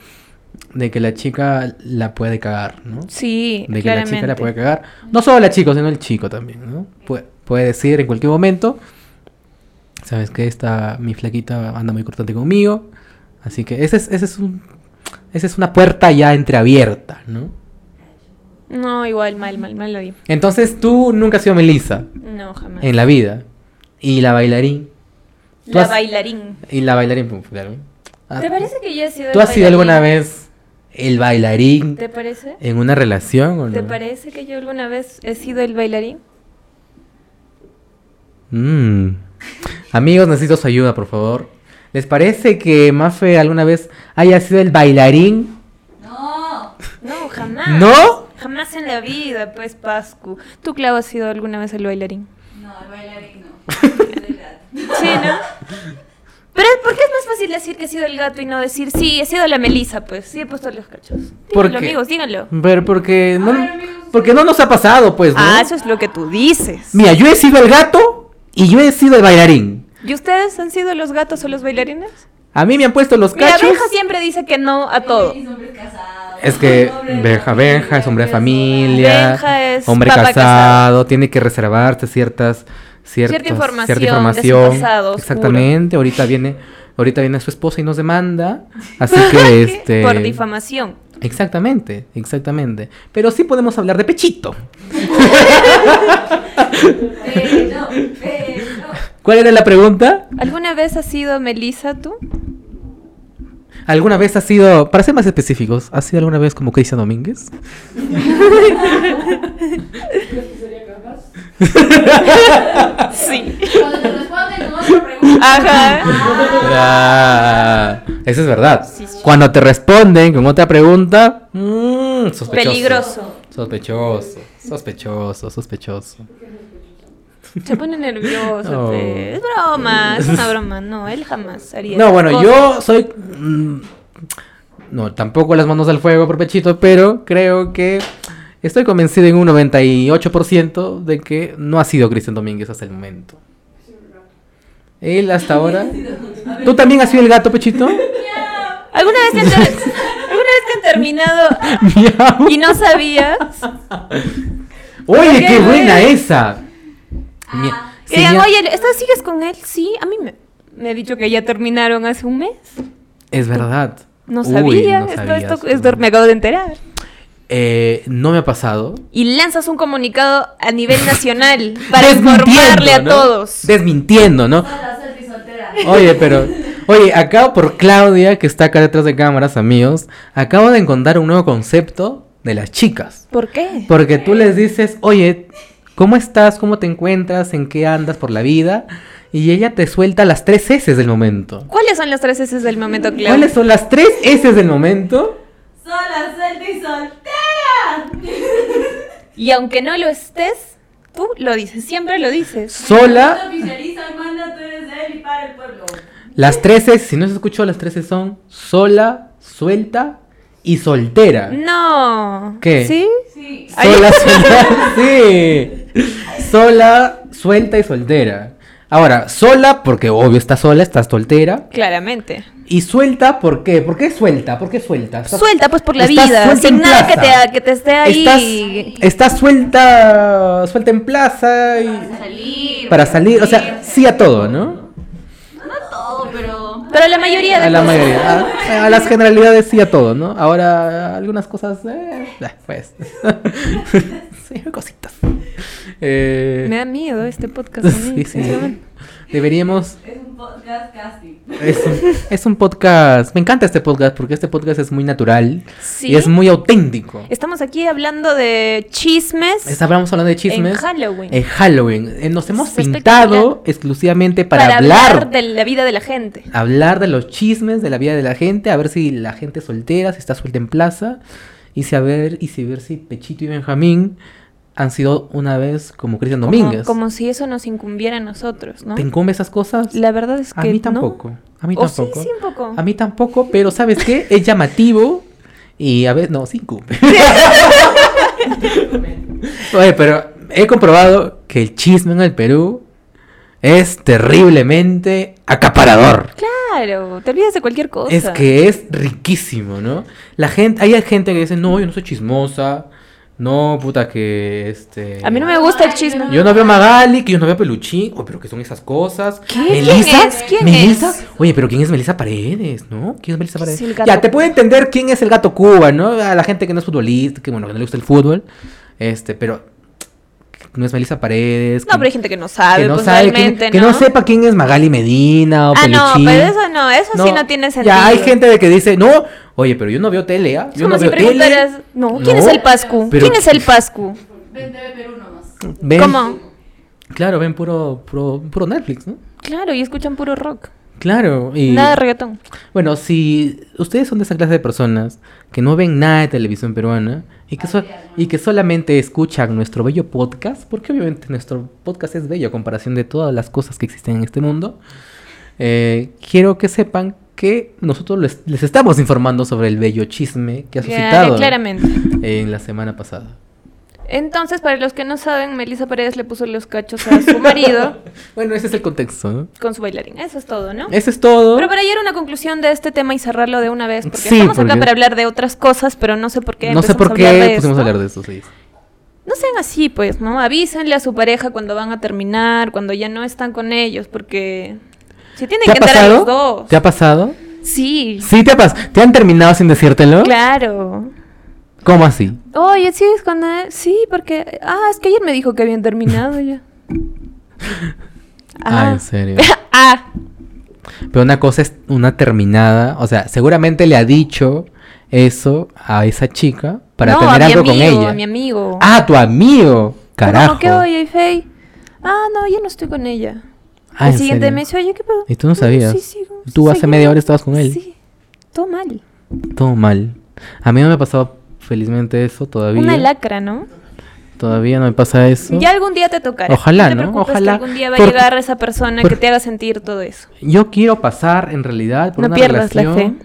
B: de que la chica la puede cagar, ¿no?
C: Sí,
B: De que la chica
C: Eh, claramente.
B: la puede cagar. No solo la chica, sino el chico también, ¿no? Pu- puede decir en cualquier momento, ¿sabes qué? Esta, mi flaquita anda muy cortante conmigo. Así que ese es, ese es un... Esa es una puerta ya entreabierta, ¿no?
C: No, igual, mal, mal, mal lo vi.
B: Entonces tú nunca has sido Melissa
C: No, jamás.
B: en la vida. Y la bailarín. tú
C: La
B: has-
C: bailarín.
B: Y la bailarín, pum, claro. Ah,
C: ¿Te parece que yo he sido
B: ¿Tú
C: el
B: has sido
C: bailarín?
B: alguna vez el bailarín
C: ¿Te parece?
B: en una relación o no?
C: ¿Te parece que yo alguna vez he sido el bailarín?
B: Mm. Amigos, necesito su ayuda, por favor. ¿Les parece que Mafe alguna vez haya sido el bailarín?
C: No, jamás.
B: ¿No?
C: Jamás en la vida, pues, Pascu. ¿Tú, Clau, has sido alguna vez el bailarín?
D: No, el bailarín no.
C: Sí, ¿no? Pero ¿por qué es más fácil decir que he sido el gato y no decir, sí, he sido la Melisa, pues, sí, he puesto los cachos? Díganlo,
B: ¿Por qué?
C: amigos, díganlo.
B: Pero porque no,
D: Ay, amigos.
B: porque no nos ha pasado, pues, ¿no?
C: Ah, eso es lo que tú dices.
B: Mira, yo he sido el gato y yo he sido el bailarín.
C: ¿Y ustedes han sido los gatos o los bailarines?
B: A mí me han puesto los
C: Mi
B: cachos.
C: abeja siempre dice que no a todo.
D: Es hombre casado.
B: Es que
D: Hombre
B: Benja,
D: de
B: Benja es hombre de
D: familia,
B: familia,
C: Benja es
B: hombre
C: papá
B: casado,
C: casado.
B: tiene que reservarse ciertas, ciertas
C: Cierta información
B: cierta
C: de su
B: información.
C: pasado oscuro.
B: Exactamente, ahorita viene, ahorita viene su esposa y nos demanda, así que este
C: Por difamación.
B: Exactamente, exactamente. Pero sí podemos hablar de pechito.
D: Pero, pero.
B: ¿Cuál era la pregunta?
C: ¿Alguna vez has sido Melisa tú?
B: ¿Alguna vez has sido, para ser más específicos, has sido alguna vez como Cristian Domínguez?
C: Sí.
D: Cuando te responden con otra pregunta.
C: Ajá.
B: Ah, eso es verdad.
C: Sí, sí.
B: Cuando te responden con otra pregunta, mm, sospechoso.
C: Peligroso.
B: Sospechoso, sospechoso, sospechoso.
C: Se pone nervioso.
B: Oh.
C: pe. Es broma, es una broma. No, él jamás haría.
B: No,
C: esas
B: bueno,
C: cosas.
B: yo soy... mm, No, tampoco las manos al fuego por pechito, pero creo que estoy convencido en un 98% de que no ha sido Cristian Domínguez hasta el momento. Él hasta ahora... ¿Tú también has sido el gato, pechito?
C: ¿Alguna vez, te han ter- ¿Alguna vez te han terminado
B: Miau.
C: y no sabías?
B: Oye,
C: qué
B: qué buena
C: bueno.
B: esa. Mi-
D: Ah,
C: Que
B: sí,
C: digan,
B: ya-
C: oye, ¿estás, ¿sigues con él? Sí, a mí me, me ha dicho que ya terminaron hace un mes.
B: es verdad.
C: No
B: Uy,
C: sabía.
B: no
C: esto-
B: sabías.
C: esto- esto me acabo de enterar.
B: Eh, no me ha pasado.
C: y lanzas un comunicado a nivel nacional para
B: Desmintiendo,
C: informarle a
B: ¿no?
C: todos.
B: Desmintiendo, ¿no?
D: la selfie soltera.
B: Oye, pero. Oye, acabo por Claudia, que está acá detrás de cámaras, amigos. Acabo de encontrar un nuevo concepto de las chicas.
C: ¿Por qué?
B: Porque tú les dices, oye, ¿cómo estás? ¿Cómo te encuentras? ¿En qué andas por la vida? Y ella te suelta las tres S del momento.
C: ¿Cuáles son las tres S del momento, Clau?
B: ¿Cuáles son las tres S del momento?
D: Sola, selfie soltera.
C: Y aunque no lo estés, tú lo dices, siempre lo dices.
B: Sola.
D: No te oficializan, manda, tú eres de él y para el pueblo.
B: Las 13, si no se escuchó, las 13 son sola, suelta y soltera.
D: Mm.
C: No.
B: ¿Qué?
C: ¿Sí?
D: Sí.
C: Ay.
B: Sola, suelta, sí. Sola, suelta y soltera. Ahora, sola porque obvio estás sola, estás soltera.
C: Claramente.
B: Y suelta, ¿por qué? ¿Por qué suelta? ¿Por qué suelta? Estás-
C: Suelta pues por la
B: estás
C: vida,
B: suelta
C: sin
B: en
C: nada que
B: plaza.
C: te, ha- que te esté ahí.
B: Estás, estás suelta, suelta en plaza y-
D: Salir.
B: para salir, o sea, sí a todo, ¿no?
D: No todo, pero.
C: Pero la mayoría de
B: A la
C: cosas-
B: mayoría. Ah, A, a las generalidades sí a todo, ¿no? Ahora algunas cosas, eh, ah, pues. sí, cositas. Eh,
C: Me da miedo este podcast. a mí,
B: sí, sí.
C: sinceramente.
B: Deberíamos.
D: Es un podcast casting.
B: Es un, es un podcast. Me encanta este podcast porque este podcast es muy natural
C: Sí.
B: y es muy auténtico.
C: Estamos aquí hablando de chismes
B: Estábamos hablando de chismes.
C: en Halloween.
B: en Halloween. Eh, Nos hemos
C: Es
B: pintado
C: espectacular.
B: exclusivamente para, hablar.
C: de la vida de la gente.
B: hablar de los chismes de la vida de la gente, a ver si la gente es soltera, si está suelta en plaza, y si a ver, y si ver si Pechito y Benjamín han sido una vez como Cristian Domínguez.
C: Como, como si eso nos incumbiera a nosotros, ¿no?
B: ¿Te incumbe esas cosas?
C: La verdad es que
B: a mí
C: no.
B: tampoco. A mí
C: O sí,
B: tampoco.
C: sí, un poco.
B: A mí tampoco, pero ¿sabes qué? Es llamativo y a veces no, sí incumbe. Oye, pero he comprobado que el chisme en el Perú es terriblemente acaparador.
C: Claro, te olvidas de cualquier cosa.
B: Es que es riquísimo, ¿no? La gente, hay gente que dice, no, yo no soy chismosa. No, puta, que este.
C: A mí no me gusta el chisme.
B: Yo no veo Magali, que yo no veo Peluchín. Oye, pero ¿qué son esas cosas?
C: ¿Qué?
B: ¿Melisa?
C: ¿Quién es? ¿Quién
B: ¿Melisa?
C: es?
B: Oye, pero ¿quién es Melisa Paredes? ¿No? ¿Quién es Melisa
C: ¿Quién es
B: Paredes?
C: el gato
B: Ya, te puedo
C: Cuba?
B: entender quién es el gato Cuba, ¿no? A la gente que no es futbolista, que bueno, que no le gusta el fútbol. Este, pero. No es Melisa Paredes.
C: No, pero hay gente que no sabe,
B: que no
C: pues
B: sabe, que,
C: realmente,
B: que no sepa quién es Magali Medina o
C: Ah, no,
B: Peluchín.
C: pero eso no, eso sí no tiene sentido.
B: Ya hay gente de que dice, no, oye, pero yo no veo tele, ¿ah?
C: Es
B: Yo
C: como
B: no
C: si
B: veo tele.
C: preguntaras, no, ¿quién es
B: No,
C: el Pascu?
B: pero-
C: ¿Quién es el Pascu?
D: Vente de Perú nomás.
B: Ven-
C: ¿Cómo?
B: Claro, ven puro, puro, puro Netflix, ¿no?
C: Claro, y escuchan puro rock.
B: Claro, y
C: Nada de reggaetón.
B: bueno, si ustedes son de esa clase de personas que no ven nada de televisión peruana y que, so- y que solamente escuchan nuestro bello podcast, porque obviamente nuestro podcast es bello a comparación de todas las cosas que existen en este mundo, eh, quiero que sepan que nosotros les, les estamos informando sobre el bello chisme que ha suscitado
C: Claro, claramente.
B: en la semana pasada.
C: Entonces, para los que no saben, Melissa Paredes le puso los cachos a su marido
B: Bueno, ese es el contexto, ¿no?
C: con su bailarín. Eso es todo, ¿no?
B: Eso es todo.
C: Pero para llegar a una conclusión de este tema y cerrarlo de una vez, porque
B: Sí,
C: estamos acá
B: porque-
C: para hablar de otras cosas, pero no sé por qué.
B: no sé
C: empezamos
B: por
C: a
B: qué
C: hablar de
B: pusimos
C: esto.
B: a hablar de eso, sí.
C: No sean así, pues, ¿no? Avísenle a su pareja cuando van a terminar, cuando ya no están con ellos, porque se tienen
B: ¿Te ha
C: que dar a los
B: pasado?
C: dos.
B: ¿Te ha pasado?
C: Sí,
B: Sí, te ha pasado. ¿Te han terminado sin decírtelo?
C: claro.
B: ¿Cómo así?
C: Oye, ¿sigues con él? Sí, porque... Ah, es que ayer me dijo que habían terminado ya.
B: Ah, en serio.
C: ah,
B: Pero una cosa es una terminada. O sea, seguramente le ha dicho eso a esa chica para
C: no,
B: tener
C: a mi
B: algo
C: amigo,
B: con ella.
C: a mi amigo.
B: Ah, tu amigo. Carajo.
C: ¿Cómo que oye, Fey? Ah, no, yo no estoy con ella.
B: Ah,
C: el
B: ¿en
C: siguiente
B: serio?
C: me dice, oye, ¿qué pasó?
B: ¿Y tú no sabías?
C: Sí, sí.
B: Tú hace
C: seguí.
B: media hora estabas con él.
C: Sí, todo mal.
B: Todo mal. A mí no me ha pasado felizmente eso todavía.
C: Una lacra, ¿no?
B: Todavía no me pasa eso.
C: Ya algún día te tocará.
B: Ojalá,
C: te
B: ¿no?
C: preocupes que
B: Ojalá.
C: algún día va a
B: Por-
C: llegar esa persona
B: por-
C: que te haga sentir todo eso.
B: Yo quiero pasar en realidad por
C: No
B: una
C: pierdas la
B: relación.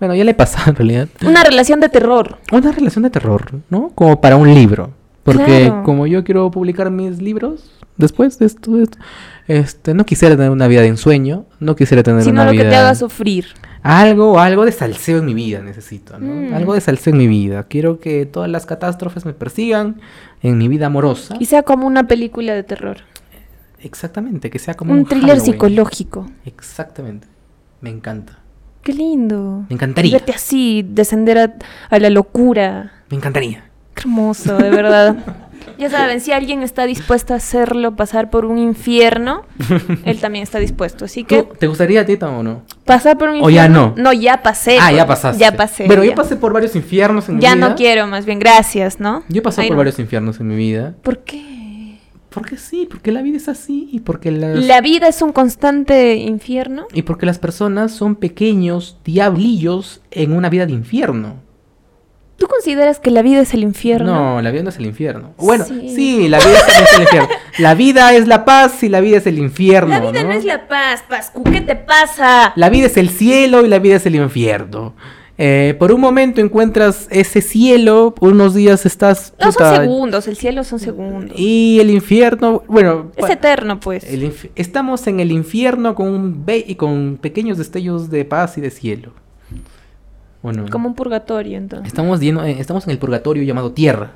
B: Bueno, ya le he pasado en realidad.
C: Una relación de terror.
B: Una relación de terror, ¿no? Como para un libro. Porque
C: Claro.
B: como yo quiero publicar mis libros después de esto, de esto, este, no quisiera tener una vida de ensueño, no quisiera tener
C: Sino
B: una
C: lo
B: vida...
C: que te haga sufrir.
B: Algo, algo de salseo en mi vida necesito, ¿no?
C: Mm.
B: Algo de salseo en mi vida. Quiero que todas las catástrofes me persigan en mi vida amorosa.
C: Y sea como una película de terror.
B: Exactamente, que sea como
C: Un, thriller
B: Halloween.
C: psicológico.
B: Exactamente. Me encanta.
C: Qué lindo.
B: Me encantaría.
C: Verte así, descender a, a la locura.
B: Me encantaría.
C: Qué hermoso, de verdad. ya saben, si alguien está dispuesto a hacerlo pasar por un infierno, él también está dispuesto. Así que
B: ¿Tú- ¿Te gustaría a ti o no?
C: pasar por un
B: O ya no.
C: infierno. No, ya pasé.
B: ah, ya
C: por-
B: pasaste.
C: pues, Ya pasé.
B: Pero yo
C: ya.
B: pasé por varios infiernos en mi
C: Ya
B: vida.
C: no quiero, más bien, gracias, ¿no?
B: Yo pasé
C: Ay,
B: por
C: no.
B: varios infiernos en mi vida.
C: ¿Por qué?
B: Porque sí, porque la vida es así y porque las...
C: ¿La vida es un constante infierno?
B: Y porque las personas son pequeños diablillos en una vida de infierno.
C: ¿Tú consideras que la vida es el infierno?
B: No, la vida no es el infierno. Bueno, sí,
C: Sí.
B: la vida es, no es el infierno. La vida es la paz y la vida es el infierno.
C: La vida no, es la paz, Pascu, ¿qué te pasa?
B: La vida es el cielo y la vida es el infierno. Eh, por un momento encuentras ese cielo, unos días estás.
C: No son
B: puta,
C: segundos, el cielo son segundos.
B: Y el infierno, bueno.
C: Es eterno, pues.
B: el inf- estamos en el infierno con un be- y con pequeños destellos de paz y de cielo. Bueno,
C: Como un purgatorio, entonces.
B: estamos, lleno- eh, estamos en el purgatorio llamado tierra.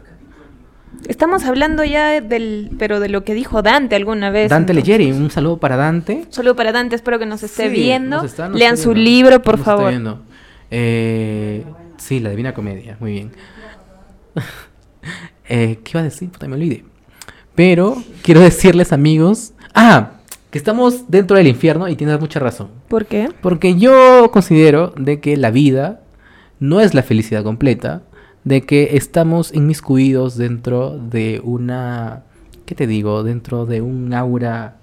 C: Estamos hablando ya del, pero de lo que dijo Dante alguna vez.
B: Dante
C: Pues, entonces.
B: Leggeri, un saludo para Dante.
C: Solo para Dante, espero que nos esté
B: Sí,
C: viendo.
B: nos está- nos
C: Lean
B: está
C: su
B: viendo.
C: libro, por
B: Nos está
C: favor.
B: viendo. Eh, sí, la Divina Comedia, muy bien. Eh, ¿Qué iba a decir? Puta, me olvidé. Pero quiero decirles, amigos, ah, que estamos dentro del infierno y tienes mucha razón.
C: ¿Por qué?
B: Porque yo considero de que la vida no es la felicidad completa, de que estamos inmiscuidos dentro de una, ¿qué te digo? Dentro de un aura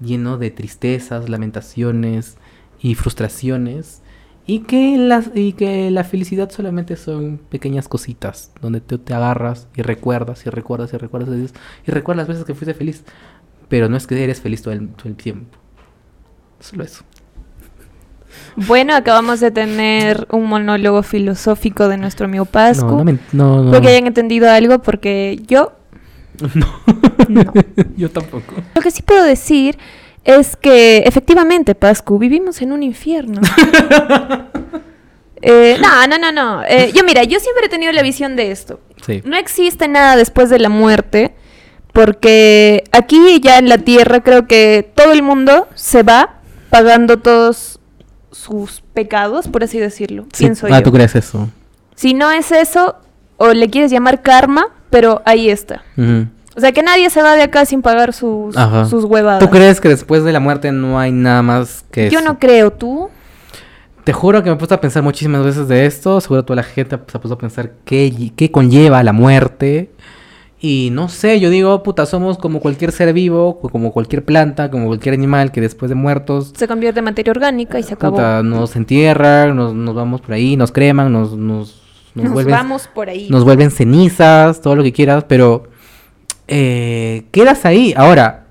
B: lleno de tristezas, lamentaciones y frustraciones. Y que, las, y que la felicidad solamente son pequeñas cositas, donde tú te agarras y recuerdas y recuerdas y recuerdas y, dices- y recuerdas las veces que fuiste feliz. Pero no es que eres feliz todo el- todo el tiempo. Solo eso.
C: Bueno, acabamos de tener un monólogo filosófico de nuestro amigo Pascu.
B: No, no, me- no, no.
C: Espero que hayan entendido algo porque yo
B: No. Yo tampoco.
C: lo que sí puedo decir es que efectivamente, Pascu, vivimos en un infierno. Eh, no, no, no, no. Eh, yo mira, yo siempre he tenido la visión de esto.
B: Sí.
C: No existe nada después de la muerte porque aquí ya en la Tierra creo que todo el mundo se va pagando todos sus pecados, por así decirlo. Pienso
B: ah,
C: yo.
B: tú crees eso.
C: Si no es eso, o le quieres llamar karma, pero ahí está.
B: Ujú.
C: O sea, que nadie se va de acá sin pagar sus,
B: Ajá.
C: sus huevadas.
B: ¿Tú crees que después de la muerte no hay nada más que
C: Yo
B: eso?
C: no creo, ¿tú?
B: Te juro que me he puesto a pensar muchísimas veces de esto. Seguro toda la gente se ha puesto a pensar qué, lle- qué conlleva la muerte. Y no sé, yo digo, puta, somos como cualquier ser vivo, o como cualquier planta, como cualquier animal que después de muertos,
C: Se convierte en materia orgánica y se acabó.
B: puta, nos entierran, nos, nos vamos por ahí, nos creman, nos, nos, nos
C: Nos
B: vuelven
C: vamos por ahí.
B: nos vuelven cenizas, todo lo que quieras, pero eh, quedas ahí. Ahora,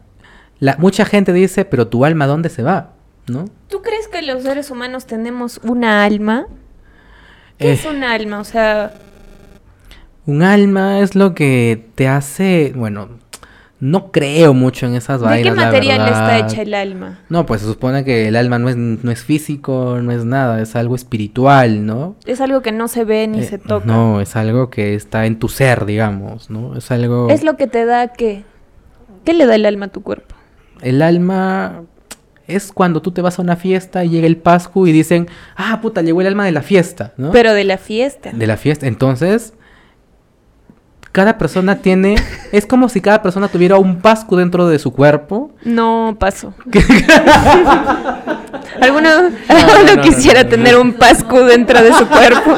B: la, mucha gente dice, pero tu alma, ¿dónde se va? ¿No?
C: ¿Tú crees que los seres humanos tenemos una alma? ¿Qué
B: Eh,
C: es un alma? O sea,
B: un alma es lo que te hace, bueno, no creo mucho en esas
C: ¿de qué
B: vainas. la
C: material está
B: verdad.
C: hecha el alma?
B: No, pues se supone que el alma no es, no es físico, no es nada, es algo espiritual, ¿no?
C: Es algo que no se ve ni
B: Eh,
C: se toca.
B: No, es algo que está en tu ser, digamos, ¿no? Es algo...
C: Es lo que te da qué? ¿Qué le da el alma a tu cuerpo?
B: El alma es cuando tú te vas a una fiesta y llega el Pascu y dicen, ah, puta, llegó el alma de la fiesta, ¿no?
C: Pero de la fiesta.
B: De la fiesta. Entonces, cada persona tiene, es como si cada persona tuviera un Pascu dentro de su cuerpo.
C: No, paso. alguno alguno
B: no, no,
C: quisiera
B: no, no.
C: tener un pascu dentro de su cuerpo.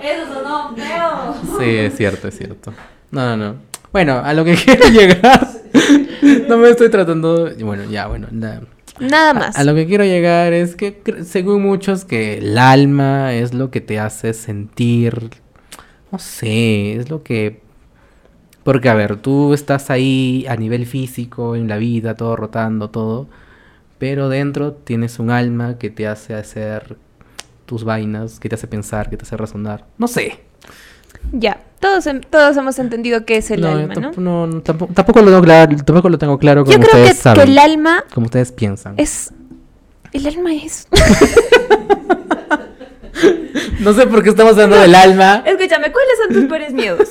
D: Eso sonó feo.
B: Sí, es cierto, es cierto. No, no, no. Bueno, a lo que quiero llegar No me estoy tratando. Bueno, ya, bueno. nada.
C: Nada más.
B: A, a lo que quiero llegar es que, cre- según muchos, que el alma es lo que te hace sentir. No sé, es lo que. Porque, a ver, tú estás ahí a nivel físico, en la vida, todo rotando, todo. Pero dentro tienes un alma que te hace hacer tus vainas, que te hace pensar, que te hace razonar. No sé.
C: Ya. Todos, em- todos hemos entendido qué es el
B: no, yo
C: alma, ¿no?
B: tampo- no, no, tampoco, tampoco lo tengo claro, tampoco lo tengo claro como
C: Yo creo
B: ustedes
C: que, que
B: saben,
C: el alma
B: como ustedes piensan.
C: es. El alma es.
B: No sé por qué estamos hablando del alma.
C: Escúchame, ¿cuáles son tus peores miedos?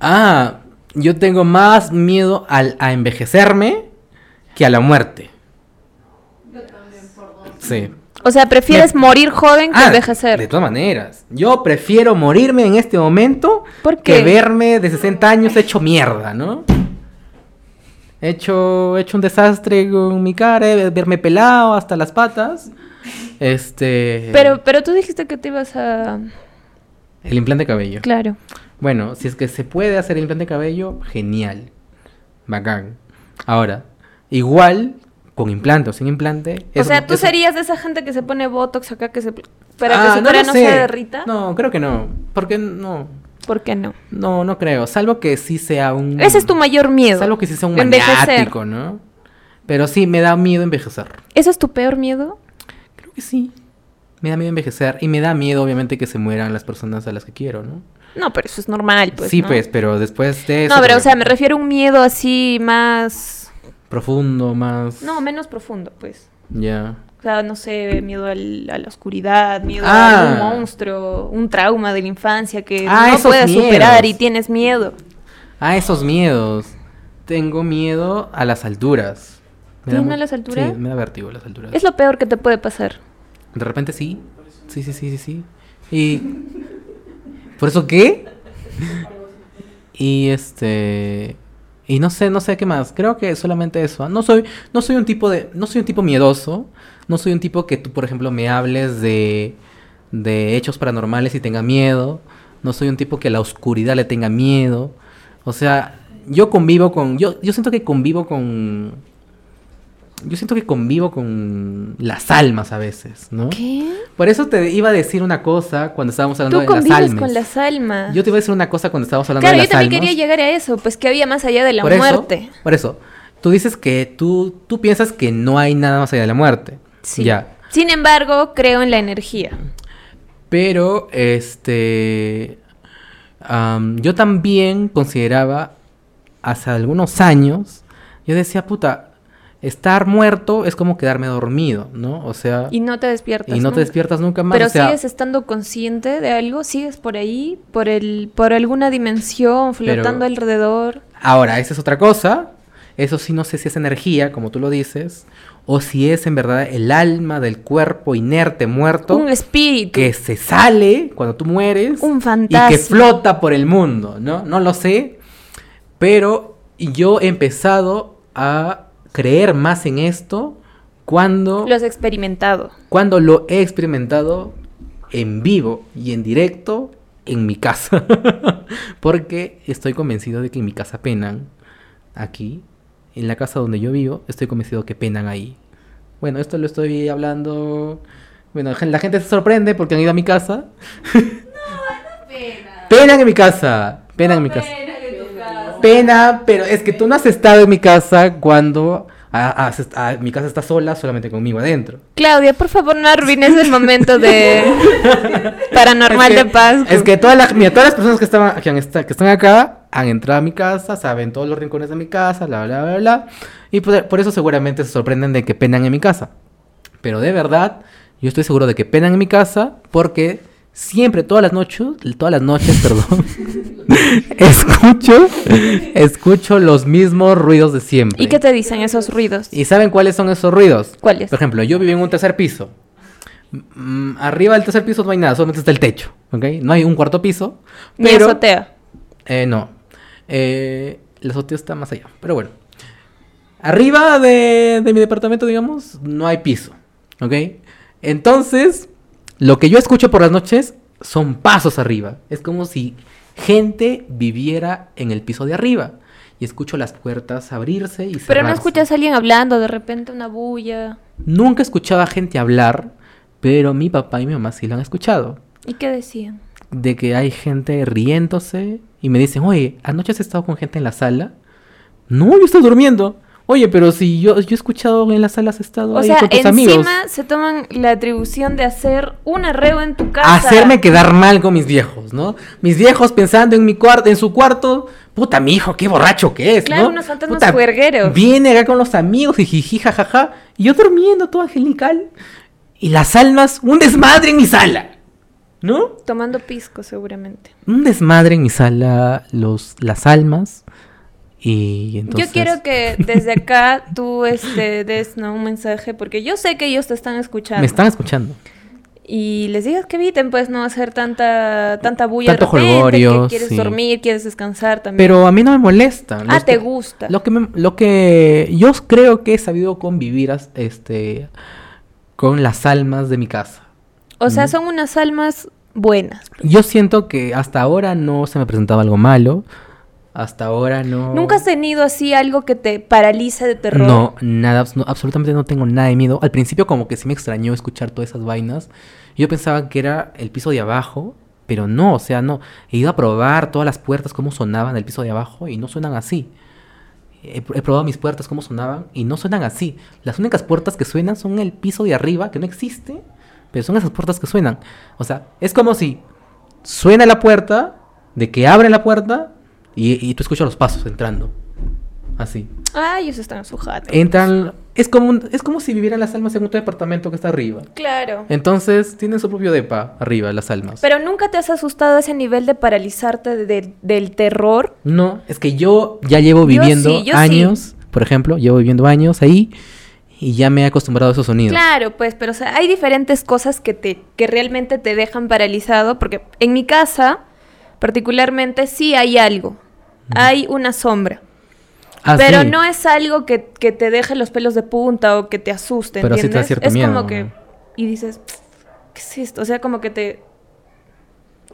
B: Ah, yo tengo más miedo al, a envejecerme que a la muerte. Sí.
C: O sea, prefieres
B: Me-
C: morir joven que
B: Ah, De
C: envejecer.
B: todas maneras. Yo prefiero morirme en este momento
C: ¿Por
B: que
C: qué?
B: verme de 60 años hecho mierda, ¿no? Hecho, hecho un desastre con mi cara, eh, verme pelado hasta las patas. Este.
C: Pero, pero tú dijiste que te ibas a.
B: El implante de cabello.
C: Claro.
B: Bueno, si es que se puede hacer el implante de cabello, genial. Bacán. Ahora, igual, con implante o sin implante.
C: o
B: eso-
C: sea, tú
B: eso-
C: serías de esa gente que se pone botox acá que se para
B: Ah,
C: que su cara
B: lo
C: no,
B: sé.
C: se derrita.
B: No, creo que no. Porque no.
C: ¿Por qué no?
B: No, no creo. Salvo que sí sea un.
C: Ese es tu mayor miedo.
B: Salvo Mm. que sí sea un
C: Envejecer.
B: maniático, ¿no? Pero sí, me da miedo envejecer.
C: ¿Eso es tu peor miedo?
B: Creo que sí. Me da miedo envejecer. Y me da miedo, obviamente, que se mueran las personas a las que quiero, ¿no?
C: No, pero eso es normal, pues.
B: sí,
C: ¿no?
B: pues, pero después de eso.
C: No, pero o
B: creo
C: sea,
B: que-
C: me refiero a un miedo así más.
B: Profundo, más.
C: No, menos profundo, pues.
B: Ya.
C: O sea, no sé, miedo al- a la oscuridad, miedo
B: Ah.
C: a un monstruo, un trauma de la infancia que
B: Ah,
C: no
B: esos
C: puedes
B: miedos.
C: superar y tienes miedo.
B: Ah, esos miedos. Tengo miedo a las alturas. Me da
C: ¿Tienes
B: mu-
C: miedo a las alturas?
B: Sí, me da vértigo las alturas.
C: Es lo peor que te puede pasar.
B: De repente sí. Sí, sí, sí, sí, sí. Y... ¿Por eso qué? Y este... Y no sé, no sé qué más. Creo que solamente eso. ¿ah? No soy, no soy un tipo de... No soy un tipo miedoso. No soy un tipo que tú, por ejemplo, me hables de... De hechos paranormales y tenga miedo. No soy un tipo que a la oscuridad le tenga miedo. O sea, yo convivo con... Yo, yo siento que convivo con... Yo siento que convivo con las almas a veces, ¿no?
C: ¿Qué?
B: Por eso te iba a decir una cosa cuando estábamos hablando
C: Tú
B: de las
C: convives
B: almas.
C: con las almas.
B: Yo te iba a decir una cosa cuando estábamos hablando
C: claro,
B: de
C: yo
B: las
C: también
B: almas.
C: quería llegar a eso, pues que había más allá de la
B: por
C: muerte.
B: Eso, por eso. Tú dices que tú, tú piensas que no hay nada más allá de la muerte.
C: Sí.
B: Ya.
C: Sin embargo, creo en la energía.
B: Pero, este. am, yo también consideraba hace algunos años. Yo decía, puta, estar muerto es como quedarme dormido, ¿no? O sea.
C: Y no te despiertas.
B: y no te
C: nunca.
B: despiertas nunca más.
C: Pero
B: o sea,
C: sigues estando consciente de algo, sigues por ahí, por el, por alguna dimensión, flotando alrededor.
B: Ahora, esa es otra cosa. Eso sí no sé si es energía, como tú lo dices, o si es en verdad el alma del cuerpo inerte, muerto,
C: Un espíritu.
B: que se sale cuando tú mueres
C: Un
B: y
C: fantasma.
B: que flota por el mundo, ¿no? No lo sé, pero yo he empezado a creer más en esto cuando,
C: Lo has experimentado.
B: cuando lo he experimentado en vivo y en directo en mi casa. Porque estoy convencido de que en mi casa penan. Aquí, en la casa donde yo vivo, estoy convencido que penan ahí. Bueno, esto lo estoy hablando. Bueno, gen- la gente se sorprende porque han ido a mi casa.
D: Pena.
B: Penan en mi casa. Penan en mi casa.
D: Pena que tu casa.
B: Pena, pero es que tú no has estado en mi casa cuando ah, ah, se- ah, mi casa está sola, solamente conmigo adentro.
C: Claudia, por favor, no arruines el momento de Paranormal
B: Es que-
C: de Pascua.
B: Es que todas las, mira, todas las personas que estaban, que, han esta- que están acá han entrado a mi casa, saben todos los rincones de mi casa, bla, bla, bla, bla. Y por, por eso seguramente se sorprenden de que penan en mi casa. Pero de verdad, yo estoy seguro de que penan en mi casa porque siempre, todas las noches, todas las noches, perdón, escucho, escucho los mismos ruidos de siempre.
C: ¿Y qué te dicen esos ruidos?
B: ¿Y saben cuáles son esos ruidos?
C: ¿Cuáles?
B: Por ejemplo, yo vivo en un tercer piso. Mm, arriba del tercer piso no hay nada, solamente está el techo, ¿ok? No hay un cuarto piso.
C: Ni
B: pero-
C: azotea.
B: Eh, no. Eh, el azotea está más allá, pero bueno. Arriba de, de mi departamento, digamos, no hay piso, ¿ok? Entonces, lo que yo escucho por las noches son pasos arriba. Es como si gente viviera en el piso de arriba. y escucho las puertas abrirse y cerrarse.
C: Pero no escuchas a alguien hablando, de repente una bulla.
B: Nunca escuchaba gente hablar, pero mi papá y mi mamá sí lo han escuchado.
C: ¿Y qué decían?
B: de que hay gente riéndose y me dicen, oye, anoche has estado con gente en la sala. No, yo estoy durmiendo. Oye, pero si yo, yo he escuchado que en las salas has estado
C: O
B: ahí
C: sea,
B: con tus
C: encima
B: amigos.
C: se toman la atribución de hacer un arreo en tu casa.
B: Hacerme quedar mal con mis viejos, ¿no? Mis viejos pensando en mi cuarto, en su cuarto. Puta, mi hijo, qué borracho que es,
C: Claro,
B: ¿no?
C: unos fantasmas
B: Puta,
C: juergueros.
B: Viene acá con los amigos y jiji, jajaja. Y yo durmiendo todo angelical. Y las almas, un desmadre en mi sala, ¿no?
C: Tomando pisco, seguramente.
B: un desmadre en mi sala, los, las almas. Y entonces.
C: Yo quiero que desde acá tú este, des ¿no? un mensaje, porque yo sé que ellos te están escuchando.
B: Me están escuchando.
C: Y les digas que eviten, pues, no hacer tanta, tanta bulla
B: Tanto
C: de repente,
B: jolgorio,
C: que quieres
B: sí.
C: dormir, quieres descansar también.
B: Pero a mí no me molesta.
C: ah,
B: Los-
C: te gusta.
B: Lo que, me- lo que yo creo que he sabido convivir as- este, con las almas de mi casa.
C: O sea,
B: Mm.
C: son unas almas buenas.
B: Yo siento que hasta ahora no se me presentaba algo malo. Hasta ahora no.
C: ¿Nunca has tenido así algo que te paralice de terror?
B: No, nada, abs- no, absolutamente no tengo nada de miedo. Al principio como que sí me extrañó escuchar todas esas vainas. Yo pensaba que era el piso de abajo, pero no, o sea, no. He ido a probar todas las puertas, cómo sonaban el piso de abajo y no suenan así. He, pr- he probado mis puertas, cómo sonaban y no suenan así. Las únicas puertas que suenan son el piso de arriba, que no existe, pero son esas puertas que suenan. O sea, es como si suena la puerta, de que abre la puerta y, y tú escuchas los pasos entrando. Así.
C: Ay, ellos están en su jato.
B: Eh, Entran. Es como, un- es como si vivieran las almas en otro departamento que está arriba.
C: Claro.
B: Entonces tienen su propio depa arriba, las almas.
C: Pero nunca te has asustado a ese nivel de paralizarte de- de- del terror.
B: No, es que yo ya llevo viviendo
C: sí, yo sí.
B: años, por ejemplo, llevo viviendo años ahí y ya me he acostumbrado a esos sonidos.
C: Claro, pues, pero o sea, hay diferentes cosas que te que realmente te dejan paralizado, porque en mi casa particularmente sí hay algo. Hay una sombra,
B: Ah,
C: pero
B: sí.
C: no es algo que, que te deje los pelos de punta o que te asuste,
B: Pero sí te da
C: ¿entiendes?
B: cierto
C: es
B: miedo,
C: como
B: ¿no?
C: que y dices, ¿qué es esto? O sea, como que te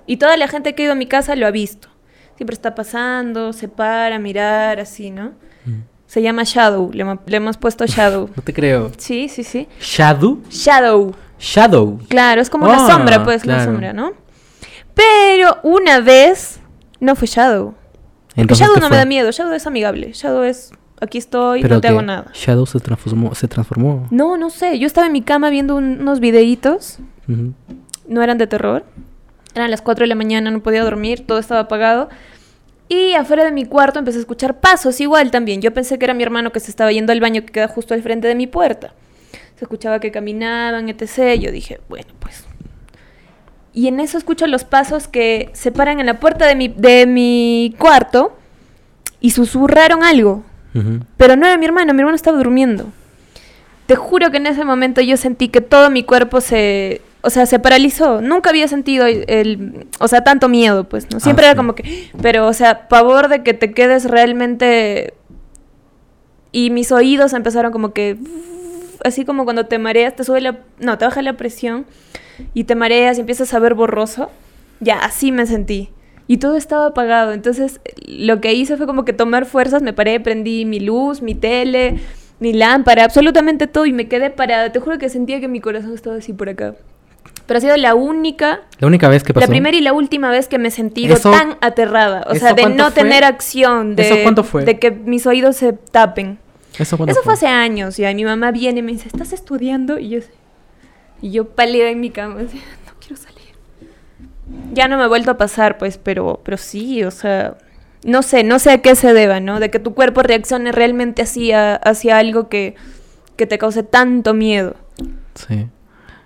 C: y toda la gente que ha ido a mi casa lo ha visto. Siempre está pasando, se para a mirar así, ¿no?
B: Mm.
C: Se llama shadow, le, hemo- le hemos puesto shadow.
B: No te creo.
C: sí, sí, sí.
B: ¿Shadow?
C: Shadow.
B: Shadow.
C: Claro, es como
B: Ah,
C: una sombra, pues, la
B: claro.
C: sombra, ¿no? Pero una vez no fue Shadow. Porque
B: Entonces,
C: Shadow
B: ¿qué
C: no
B: fue?
C: me da miedo, Shadow es amigable. Shadow es, aquí estoy,
B: Pero
C: no te
B: que
C: hago nada.
B: Shadow se transformó. Se transformó.
C: No, no sé, yo estaba en mi cama viendo un- unos videitos,
B: Ujú.
C: no eran de terror. Eran las 4 de la mañana, no podía dormir, todo estaba apagado. Y afuera de mi cuarto empecé a escuchar pasos igual también. Yo pensé que era mi hermano que se estaba yendo al baño que queda justo al frente de mi puerta. Se escuchaba que caminaban, etc. Yo dije, bueno, pues y en eso escucho los pasos que se paran en la puerta de mi, de mi cuarto y susurraron algo.
B: Ujú.
C: Pero no era mi hermano, mi hermano estaba durmiendo. Te juro que en ese momento yo sentí que todo mi cuerpo se... O sea, se paralizó. Nunca había sentido el, el- o sea, tanto miedo, pues, ¿no? Siempre
B: Ah,
C: era
B: sí.
C: como que... Pero, o sea, pavor de que te quedes realmente... Y mis oídos empezaron como que... Así como cuando te mareas, te sube la... No, te baja la presión y te mareas y empiezas a ver borroso. Ya, así me sentí. Y todo estaba apagado. Entonces, lo que hice fue como que tomar fuerzas. Me paré, prendí mi luz, mi tele, mi lámpara, absolutamente todo. Y me quedé parada. Te juro que sentía que mi corazón estaba así por acá. Pero ha sido la única,
B: La única vez que pasó.
C: la primera y la última vez que me he sentido
B: Eso-
C: tan aterrada. O
B: ¿eso
C: sea, de
B: cuánto
C: no
B: fue?
C: tener acción. De,
B: ¿Eso cuánto fue?
C: De que mis oídos se tapen.
B: ¿Eso, cuándo
C: Eso fue hace años ya. y Mi mamá viene y me dice, ¿estás estudiando? Y yo, así- y yo pálida en mi cama, así, no quiero salir. Ya no me ha vuelto a pasar, pues, pero, pero sí, o sea, no sé, no sé a qué se deba, ¿no? De que tu cuerpo reaccione realmente así a- hacia algo que, que te cause tanto miedo.
B: Sí.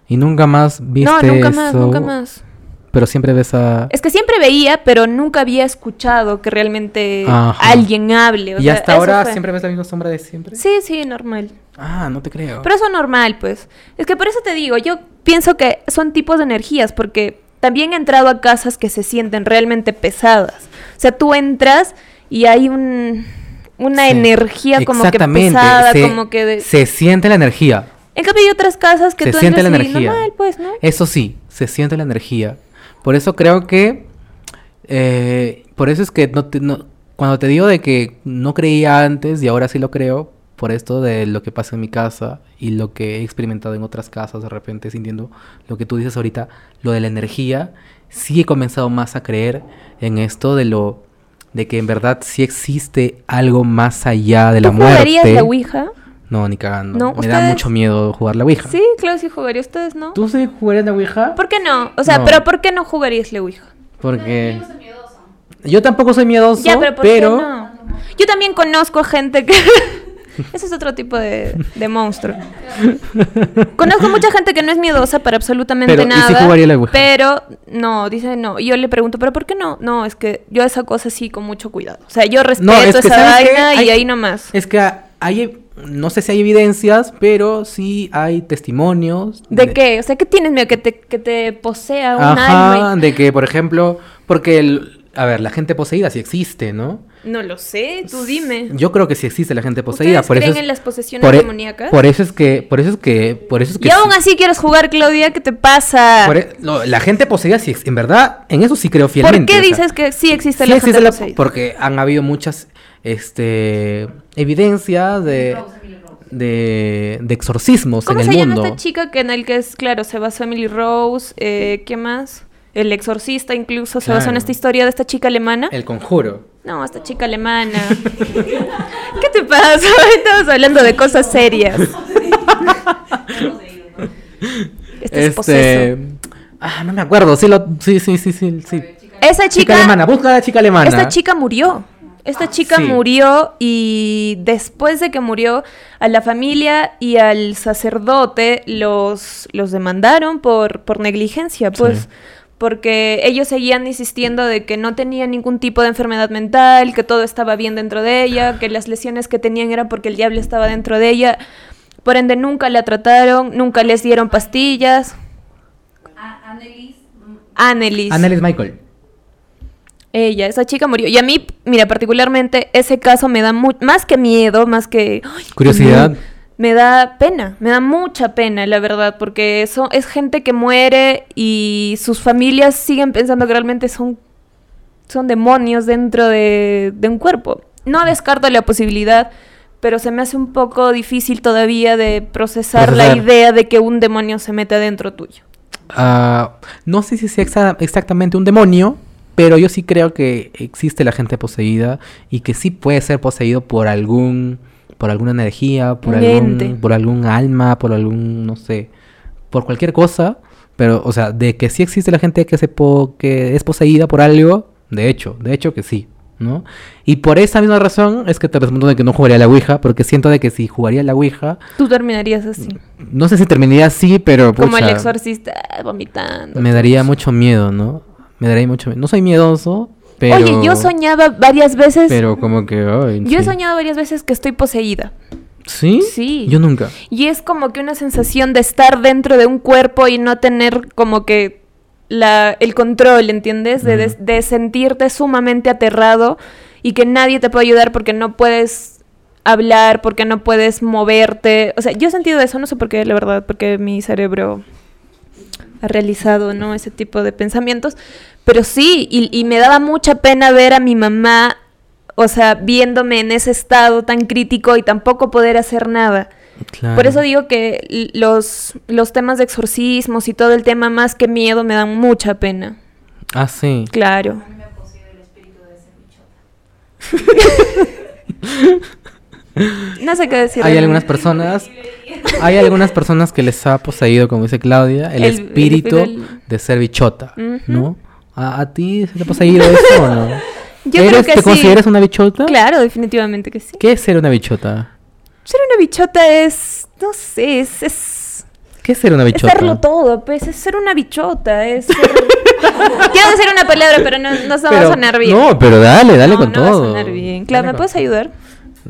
B: Y nunca más viste
C: no, nunca más,
B: eso, Ah.
C: nunca más.
B: Pero siempre ves a...
C: Es que siempre veía, pero nunca había escuchado que realmente
B: Ajá.
C: alguien hable. o
B: ¿Y
C: sea,
B: hasta
C: eso
B: ahora
C: fue.
B: siempre ves la misma sombra de siempre?
C: Sí, sí, normal.
B: Ah, no te creo.
C: Pero eso es normal, pues. Es que por eso te digo, yo pienso que son tipos de energías, porque también he entrado a casas que se sienten realmente pesadas. O sea, tú entras y hay un, una
B: Sí.
C: energía como que
B: Exactamente,
C: pesada,
B: se-
C: como que... de-
B: Se siente la energía.
C: En cambio hay otras casas que
B: se
C: tú
B: siente la
C: entras y
B: energía.
C: normal, pues, ¿no?
B: Eso sí, se siente la energía. Por eso creo que... eh, por eso es que no, te- no- Cuando te digo de que no creía antes y ahora sí lo creo, por esto de lo que pasa en mi casa y lo que he experimentado en otras casas, de repente sintiendo lo que tú dices ahorita, lo de la energía, sí he comenzado más a creer en esto de lo de que en verdad sí existe algo más allá de la
C: ¿Tú
B: muerte.
C: jugarías la Ouija?
B: No, ni cagando.
C: No,
B: Me da
C: ustedes-
B: mucho miedo jugar la Ouija.
C: Sí, claro, sí jugaría. ¿Ustedes no?
B: ¿Tú sí jugarías la Ouija?
C: ¿Por qué no? O sea,
B: No.
C: ¿pero por qué no jugarías la Ouija?
B: Porque
D: Soy miedosa.
B: yo tampoco soy miedoso,
C: Ya, pero ¿por
B: pero
C: qué no? Yo también conozco gente que... Ese es otro tipo de, de monstruo. Conozco mucha gente que no es miedosa para absolutamente
B: Pero, ¿y si
C: nada.
B: jugaría la Ouija?
C: Pero, no, dice no. Y Yo le pregunto, ¿pero por qué no? No, es que yo esa cosa sí con mucho cuidado. O sea, yo respeto
B: es que,
C: esa
B: ¿sabes qué?
C: vaina
B: Hay-
C: y ahí nomás.
B: Es que hay, no sé si hay evidencias, pero sí hay testimonios.
C: ¿De, qué? O sea, ¿qué tienes miedo? Que te, que te posea un
B: Ajá,
C: alma.
B: de que, por ejemplo, porque, el, a ver, la gente poseída sí existe, ¿no?
C: y- No lo sé, tú dime.
B: Yo creo que sí existe la gente poseída.
C: ¿Ustedes
B: por
C: creen
B: eso es-
C: en las posesiones
B: por, e-
C: demoníacas?
B: por eso es que, por eso es que, por eso es que.
C: Y aún
B: sí-
C: así quieres jugar, Claudia, ¿qué te pasa?
B: por e- no, la gente poseída sí, ex- en verdad, en eso sí creo
C: ¿Por
B: fielmente.
C: qué
B: o sea,
C: dices que sí existe
B: sí
C: la
B: existe
C: gente
B: la-
C: poseída?
B: porque han habido muchas, este, evidencias de, de, de exorcismos
C: ¿Cómo
B: en
C: se
B: el
C: llama
B: mundo.
C: esta chica que en el que es, claro, se basó Emily Rose, eh, ¿qué más? El exorcista incluso se basó en
B: Claro.
C: esta historia de esta chica alemana.
B: El conjuro.
C: No, esta chica alemana. ¿Qué te pasa? Estamos hablando de cosas serias. Este es
B: Este.
C: poseso.
B: Ah, no me acuerdo. Sí, lo... sí, sí, sí, sí. sí. Chica,
C: Esa chica,
B: alemana. Busca a la chica alemana. Ah,
C: Esta chica murió. Esta chica
B: sí.
C: murió y después de que murió, a la familia y al sacerdote los, los demandaron por, por negligencia, pues.
B: Sí.
C: Porque ellos seguían insistiendo de que no tenía ningún tipo de enfermedad mental, que todo estaba bien dentro de ella, que las lesiones que tenían eran porque el diablo estaba dentro de ella. Por ende, nunca la trataron, nunca les dieron pastillas.
D: A- Annelies, mm,
C: Annelies.
B: Annelies Michael.
C: Ella, esa chica murió. Y a mí, mira, particularmente ese caso me da mu- más que miedo, más que... ¡Ay,
B: Curiosidad.
C: no! Me da pena, me da mucha pena, la verdad, porque eso es gente que muere y sus familias siguen pensando que realmente son, son demonios dentro de, de un cuerpo. No descarto la posibilidad, pero se me hace un poco difícil todavía de procesar, la
B: Procesar.
C: idea de que un demonio se mete dentro tuyo.
B: Ah, no sé si sea exa- exactamente un demonio, pero yo sí creo que existe la gente poseída y que sí puede ser poseído por algún. por alguna energía, por
C: Un ente.
B: algún, por algún alma, por algún. no sé. por cualquier cosa. Pero, o sea, de que sí existe la gente que, se po- que es poseída por algo, de hecho, de hecho que sí, ¿no? Y por esa misma razón es que te respondo de que no jugaría a la Ouija, porque siento de que si jugaría a la Ouija,
C: Tú terminarías así,
B: no sé si terminaría así, pero
C: como el
B: pucha,
C: exorcista ah, vomitando.
B: me daría mucho miedo, ¿no? Me daría mucho miedo. No soy miedoso, pero...
C: Oye, yo soñaba varias veces.
B: Pero como que... ay,
C: yo he
B: sí.
C: soñado varias veces que estoy poseída.
B: ¿Sí?
C: Sí.
B: Yo nunca.
C: Y es como que una sensación de estar dentro de un cuerpo y no tener como que la, el control, ¿entiendes? De, de-
B: Ujú.
C: de sentirte sumamente aterrado y que nadie te puede ayudar porque no puedes hablar, porque no puedes moverte. O sea, yo he sentido eso, no sé por qué, la verdad, porque mi cerebro ha realizado, ¿no? Ese tipo de pensamientos. Pero sí, y, y me daba mucha pena ver a mi mamá, o sea, viéndome en ese estado tan crítico y tampoco poder hacer nada.
B: Claro.
C: Por eso digo que l- los, los temas de exorcismos y todo el tema más que miedo me dan mucha pena.
B: Ah, sí.
C: Claro.
D: me ha poseído el espíritu de ese bichota.
C: No sé qué decir.
B: Hay algunas personas... Hay algunas personas que les ha poseído, como dice Claudia, el,
C: El- el
B: espíritu
C: espíritu-
B: de ser bichota,
C: Ujú.
B: ¿no? ¿A, a ti se te ha poseído eso o no?
C: Yo
B: ¿Eres-
C: creo que
B: ¿Te
C: sí.
B: consideras una bichota?
C: Claro, definitivamente que sí.
B: ¿Qué es ser una bichota?
C: Ser una bichota es. No sé, es. es...
B: ¿Qué es ser una
C: es
B: bichota?
C: serlo todo, pues, es ser una bichota, es ser... Quiero decir una palabra, pero no, no se va a
B: Pero-
C: sonar bien.
B: No, pero dale, dale
C: No,
B: con
C: no va a
B: todo.
C: sonar bien. Claro,
B: Dale
C: ¿me
B: con-
C: puedes ayudar?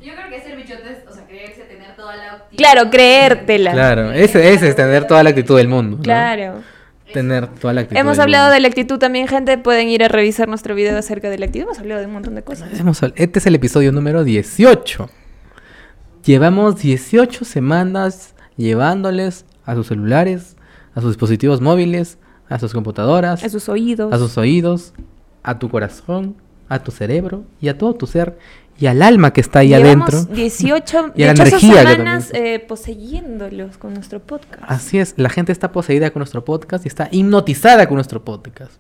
D: Yo creo que ser bichota es, o sea, creerse tener toda la actitud.
C: Claro, creértela.
B: Claro, ese, ese es tener toda la actitud del mundo. ¿no?
C: Claro.
B: Tener toda la actitud.
C: Hemos
B: del
C: hablado
B: mundo.
C: de la actitud también, gente. Pueden ir a revisar nuestro video acerca de la actitud. Hemos hablado de un montón de cosas.
B: Hemos habl- Este es el episodio número 18. Llevamos 18 semanas llevándoles a sus celulares, a sus dispositivos móviles, a sus computadoras,
C: A sus oídos.
B: a sus oídos, a tu corazón, a tu cerebro y a todo tu ser y al alma que está ahí
C: Llevamos
B: adentro.
C: 18,
B: Y a la
C: 18
B: energía que
C: semanas
B: también. Ah,
C: eh, poseyéndolos con nuestro podcast.
B: Así es, la gente está poseída con nuestro podcast y está hipnotizada con nuestro podcast.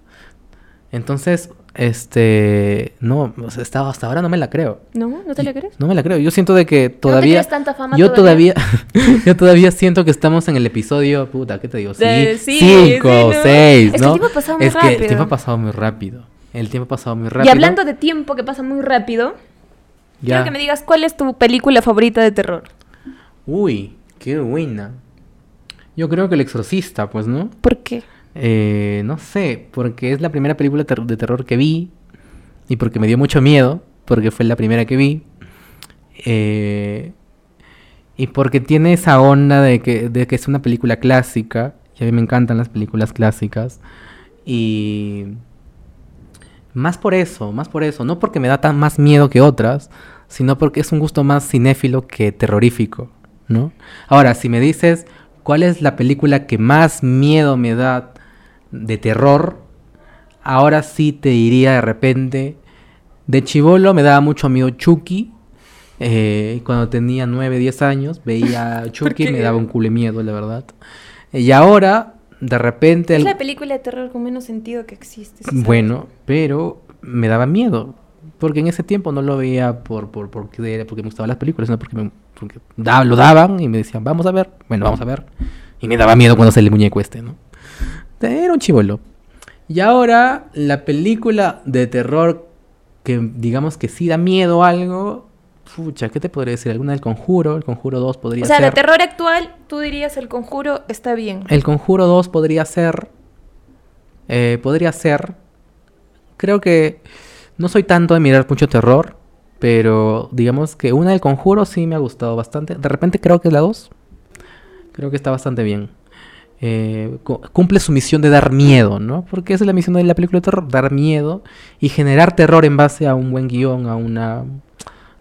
B: Entonces, este, no, o sea, hasta, hasta ahora no me la creo.
C: ¿No? ¿No te lo crees?
B: No me la creo. Yo siento de que
C: ¿No te
B: todavía
C: crees tanta fama
B: yo todavía, yo todavía siento que estamos en el episodio, puta, ¿qué te digo? Sí,
C: De- sí,
B: cinco,
C: sí, ¿no?
B: seis,
C: Es que el
B: ¿no?
C: tiempo ha pasado muy
B: Es que el
C: rápido.
B: tiempo ha pasado muy rápido. El tiempo ha pasado muy
C: Y
B: rápido.
C: hablando de tiempo que pasa muy rápido,
B: ya.
C: quiero que me digas cuál es tu película favorita de terror.
B: Uy, qué buena. Yo creo que El Exorcista, pues, ¿no?
C: ¿Por qué?
B: Eh, no sé, porque es la primera película ter- de terror que vi y porque me dio mucho miedo, porque fue la primera que vi. eh, y porque tiene esa onda de que, de que es una película clásica, y a mí me encantan las películas clásicas. Y más por eso, más por eso, no porque me da tan más miedo que otras, sino porque es un gusto más cinéfilo que terrorífico, ¿no? Ahora, si me dices cuál es la película que más miedo me da de terror, ahora sí te diría de repente, de chivolo me daba mucho miedo Chucky. eh, cuando tenía 9, 10 años, veía a Chucky y me
C: qué?
B: daba un culo de miedo, la verdad. Y ahora, de repente...
C: Es
B: al-
C: la película de terror con menos sentido que existe. ¿sí sabes?
B: bueno, pero me daba miedo. Porque en ese tiempo no lo veía por, por, porque, era- porque me gustaban las películas, sino porque, me- porque da- lo daban y me decían, vamos a ver, bueno, vamos a ver. Y me daba miedo cuando se le muñeco este, ¿no? Era un chivolo. Y ahora, la película de terror que digamos que sí da miedo a algo, pucha, ¿qué te podría decir? ¿Alguna del Conjuro? El Conjuro 2 podría
C: O sea,
B: ser.
C: de terror actual, tú dirías el conjuro está bien.
B: El Conjuro 2 podría ser. eh, podría ser. Creo que. No soy tanto de mirar mucho terror. Pero digamos que una del Conjuro sí me ha gustado bastante. De repente creo que es la 2. Creo que está bastante bien. Eh, cu- cumple su misión de dar miedo, ¿no? Porque esa es la misión de la película de terror, dar miedo y generar terror en base a un buen guión, a una,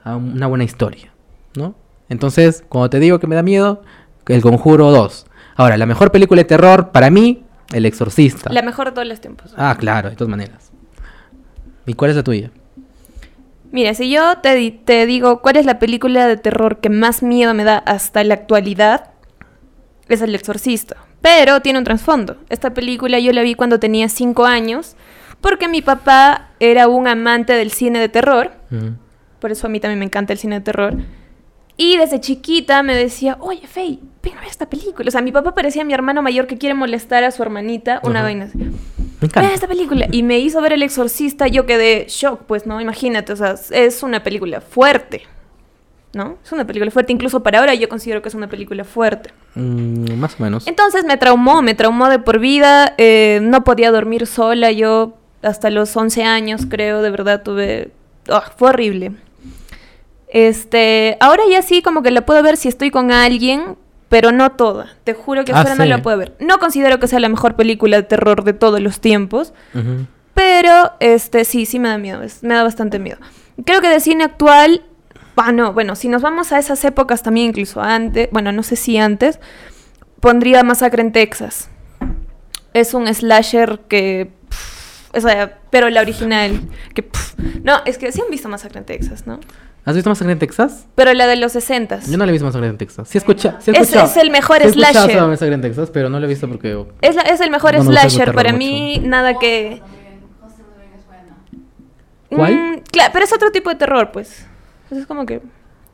B: a una buena historia, ¿no? Entonces, cuando te digo que me da miedo, El Conjuro 2. Ahora, la mejor película de terror para mí, El Exorcista.
C: La mejor de todos los tiempos.
B: Ah, claro, de todas maneras. ¿Y cuál es la tuya?
C: Mira, si yo te, di- te digo cuál es la película de terror que más miedo me da hasta la actualidad, es El Exorcista. Pero tiene un trasfondo. Esta película yo la vi cuando tenía 5 años, porque mi papá era un amante del cine de terror.
B: Mm.
C: Por eso a mí también me encanta el cine de terror. Y desde chiquita me decía, oye, Faye, ven a ver esta película. O sea, mi papá parecía mi hermano mayor que quiere molestar a su hermanita, una
B: Ajá.
C: vaina así.
B: Me
C: Ve esta
B: encanta.
C: película. Y me hizo ver El Exorcista. Yo quedé shock, pues, ¿no? Imagínate, o sea, es una película fuerte. ¿No? Es una película fuerte. Incluso para ahora yo considero que es una película fuerte.
B: Mm, más o menos.
C: Entonces me traumó, me traumó de por vida. eh, no podía dormir sola. Yo hasta los 11 años, creo, de verdad tuve. ah, fue horrible. Este. Ahora ya sí, como que la puedo ver si estoy con alguien. Pero no toda. Te juro que
B: Ah,
C: ahora no
B: sí.
C: la puedo ver. No considero que sea la mejor película de terror de todos los tiempos.
B: Ujú.
C: Pero, este, sí, sí me da miedo, es- me da bastante miedo. Creo que de cine actual, ah, no, bueno, si nos vamos a esas épocas también, incluso antes, bueno, no sé si antes, pondría Masacre en Texas. Es un slasher que, pff, o sea, pero la original, que, pff, no, es que sí han visto Masacre en Texas, ¿no?
B: ¿Has visto Masacre en Texas?
C: Pero la de los 60
B: Yo no la he visto Masacre en Texas. Sí, escucha, sí he
C: Es-
B: escuchado.
C: es el mejor
B: Sí he escuchado
C: slasher.
B: sobre Masacre en Texas, pero no la he visto porque...
C: es, la- es el mejor
B: No me gusta el
C: slasher,
B: terror
C: para
B: mucho.
C: mí nada que...
D: Hostel también es buena.
B: ¿Cuál?
C: claro, Mm, pero es otro tipo de terror, pues. Entonces es como que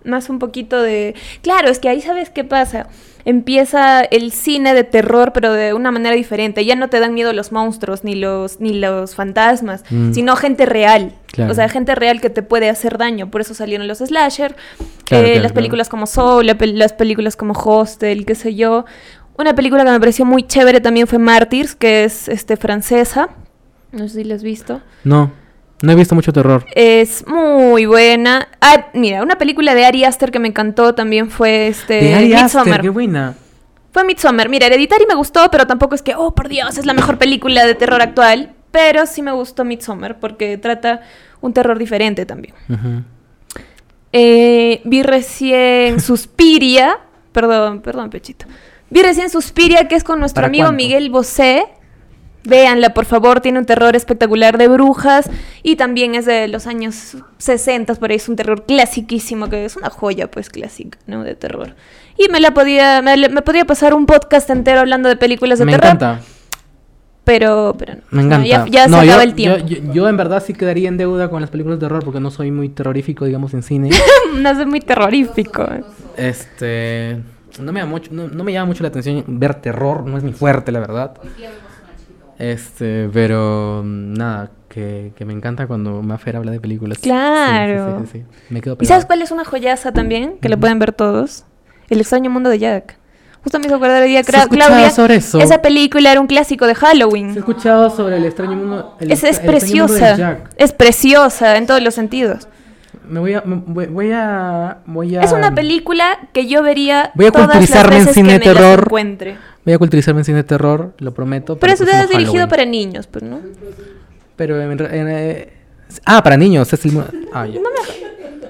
C: más un poquito de... Claro, es que ahí sabes qué pasa. Empieza el cine de terror, pero de una manera diferente. Ya no te dan miedo los monstruos ni los, ni los fantasmas,
B: Mm.
C: sino gente real.
B: Claro.
C: O sea, gente real que te puede hacer daño. Por eso salieron los slasher,
B: Claro,
C: eh,
B: claro,
C: las
B: claro.
C: películas como Soul, la pel- las películas como Hostel, qué sé yo. Una película que me pareció muy chévere también fue Martyrs, que es este, francesa. No sé si la has visto.
B: No, no he visto mucho terror.
C: Es muy buena. Ah, mira, una película de Ari Aster que me encantó también fue este
B: de Ari Aster,
C: Midsommar.
B: qué buena.
C: Fue Midsommar. Mira, Hereditary me gustó, pero tampoco es que, oh, por Dios, es la mejor película de terror actual. Pero sí me gustó Midsommar porque trata un terror diferente también.
B: Ujú.
C: Eh, vi recién Suspiria. Perdón, perdón, Pechito. Vi recién Suspiria, que es con nuestro
B: ¿Para
C: amigo
B: cuánto?
C: Miguel Bosé. Véanla, por favor, tiene un terror espectacular de brujas y también es de los años 60, por ahí es un terror clasiquísimo, que es una joya, pues, clásica, ¿no? De terror. Y me la podía, me, la- me podía pasar un podcast entero hablando de películas de
B: Me
C: terror,
B: encanta.
C: pero, pero no.
B: Me
C: No,
B: encanta.
C: ya ya
B: No,
C: se
B: yo-
C: acaba el tiempo.
B: Yo, yo- yo en verdad sí quedaría en deuda con las películas de terror porque no soy muy terrorífico, digamos, en cine.
C: no es muy terrorífico.
B: este. No me, llama mucho, no, no me llama mucho la atención ver terror, no es mi fuerte, la verdad. Este, pero mm, nada, que, que me encanta cuando Mafer habla de películas. Sí, sí,
C: Claro.
B: sí, sí, sí. Me quedo
C: ¿Y
B: pegado.
C: sabes cuál es una joyaza también? Que la
B: Ujú.
C: pueden ver todos. El extraño mundo de Jack. Justo me hizo acordar el día
B: Sí,
C: Cla-
B: he escuchado
C: Claudia.
B: sobre eso.
C: Esa película era un clásico de
B: ¿Has
C: Halloween.
B: escuchado sobre el extraño mundo? el
C: es,
B: extra-
C: es
B: el extraño mundo de
C: preciosa.
B: Jack?
C: Es preciosa en todos los sentidos.
B: Me voy a, me- voy, voy a, voy a.
C: Es una película que yo vería
B: Voy a
C: todas las
B: culturizarme en
C: veces
B: cine
C: que me las
B: terror.
C: encuentre.
B: Voy a culturizarme en cine de terror, lo prometo.
C: Pero
B: para el
C: eso es
B: próximo
C: dirigido
B: Halloween.
C: para niños, pues, ¿no?
B: Pero en, re- en, eh, Ah, para niños. Es el... mu- ah, ya.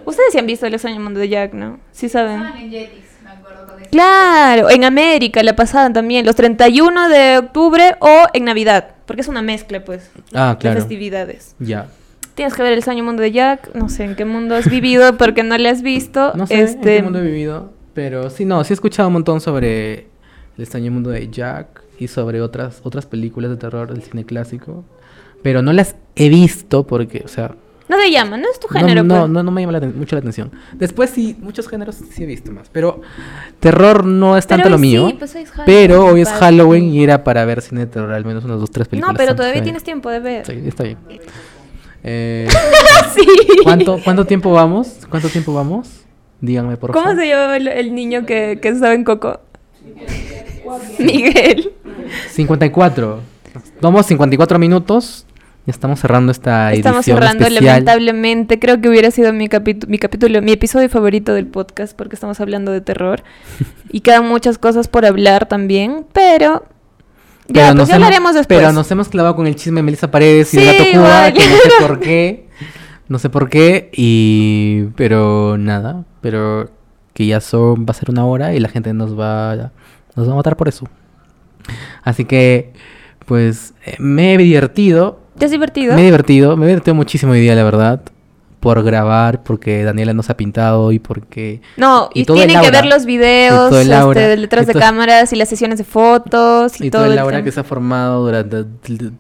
C: Ustedes sí han visto El extraño mundo de Jack, ¿no? Sí saben.
D: Estaban en Jetix, me acuerdo con eso.
C: Claro, en América la pasaban también, los 31 de octubre o en Navidad, porque es una mezcla, pues,
B: Ah,
C: de
B: claro.
C: festividades.
B: Ya.
C: Tienes que ver El extraño mundo de Jack, no sé en qué mundo has vivido porque no le has visto.
B: No sé en
C: este,
B: qué mundo he vivido, pero sí, no, sí he escuchado un montón sobre el extraño mundo de Jack y sobre otras, otras películas de terror del cine clásico, pero no las he visto porque, o sea,
C: No te llama, no es tu
B: no-
C: género.
B: no,
C: pues.
B: no, no me llama la aten- mucho la atención. Después sí, muchos géneros sí he visto más, pero terror no es
C: Pero
B: tanto lo
C: hoy sí,
B: mío.
C: pues hoy es
B: pero
C: Halloween,
B: hoy es
C: padre.
B: Halloween y era para ver cine de terror, al menos unas dos, tres películas.
C: No, pero
B: antes
C: todavía
B: de-
C: tienes tiempo de ver.
B: Sí, está bien. Eh,
C: Sí.
B: ¿cuánto, ¿Cuánto tiempo vamos? ¿Cuánto tiempo vamos? Díganme, por
C: ¿Cómo
B: favor.
C: se llamaba el, el niño que, que estaba en Coco? Miguel.
B: 54. Vamos 54 minutos. Ya estamos cerrando esta
C: Estamos
B: edición
C: cerrando,
B: especial.
C: lamentablemente. Creo que hubiera sido mi, capitu- mi capítulo, mi episodio favorito del podcast, porque estamos hablando de terror. y quedan muchas cosas por hablar también, pero. Ya, pues
B: nos
C: ya
B: hemos-
C: hablaremos después.
B: Pero nos hemos clavado con el chisme de Melissa Paredes y de
C: Sí,
B: Gato Cuba,
C: igual.
B: que no sé por qué. No sé por qué. Y. Pero nada. Pero que ya son. Va a ser una hora y la gente nos va. Nos va a matar por eso. Así que. Pues. eh, Me he divertido.
C: ¿Te has divertido?
B: Me he divertido, me he divertido muchísimo hoy día, la verdad. Por grabar, porque Daniela nos ha pintado y porque.
C: No,
B: y
C: y,
B: todo el
C: tienen que
B: Laura.
C: ver los videos,
B: Y todo el Laura.
C: este, detrás
B: Y
C: de
B: todo-
C: cámaras y las sesiones de fotos y,
B: Y toda
C: el
B: la hora
C: tema.
B: que se ha formado durante.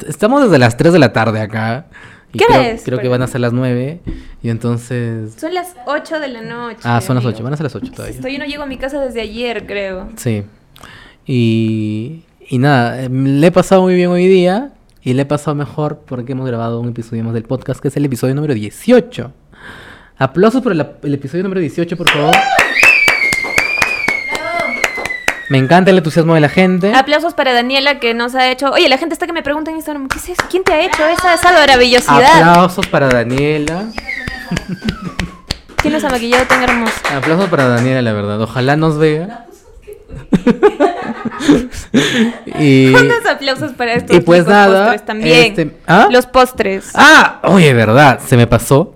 B: Estamos desde las 3 de la tarde acá. Y
C: ¿Qué
B: creo,
C: hora es?
B: creo que
C: Perdón.
B: van a ser las 9. Y entonces.
C: Son las 8 de la noche.
B: Ah, son las 8.
C: amigo.
B: Van a ser las 8 todavía.
C: Estoy, yo no llego a mi casa desde ayer, creo.
B: Sí. Y. Y nada, em, le he pasado muy bien hoy día. Y le he pasado mejor porque hemos grabado un episodio más del podcast, que es el episodio número 18. Aplausos por el, ap- el episodio número 18, por favor. Me encanta el entusiasmo de la gente.
C: Aplausos para Daniela que nos ha hecho. Oye, la gente está que me pregunta en Instagram, ¿qué es eso? ¿Quién te ha hecho esa, esa maravillosidad?
B: Aplausos para Daniela.
C: ¿Quién los ha maquillado tan hermoso?
B: Aplausos para Daniela, la verdad. Ojalá nos vea. y,
C: Unos aplausos para estos
B: y pues
C: ricos
B: nada.
C: postres también.
B: este, ¿ah?
C: Los postres.
B: Ah, oye, verdad, se me pasó.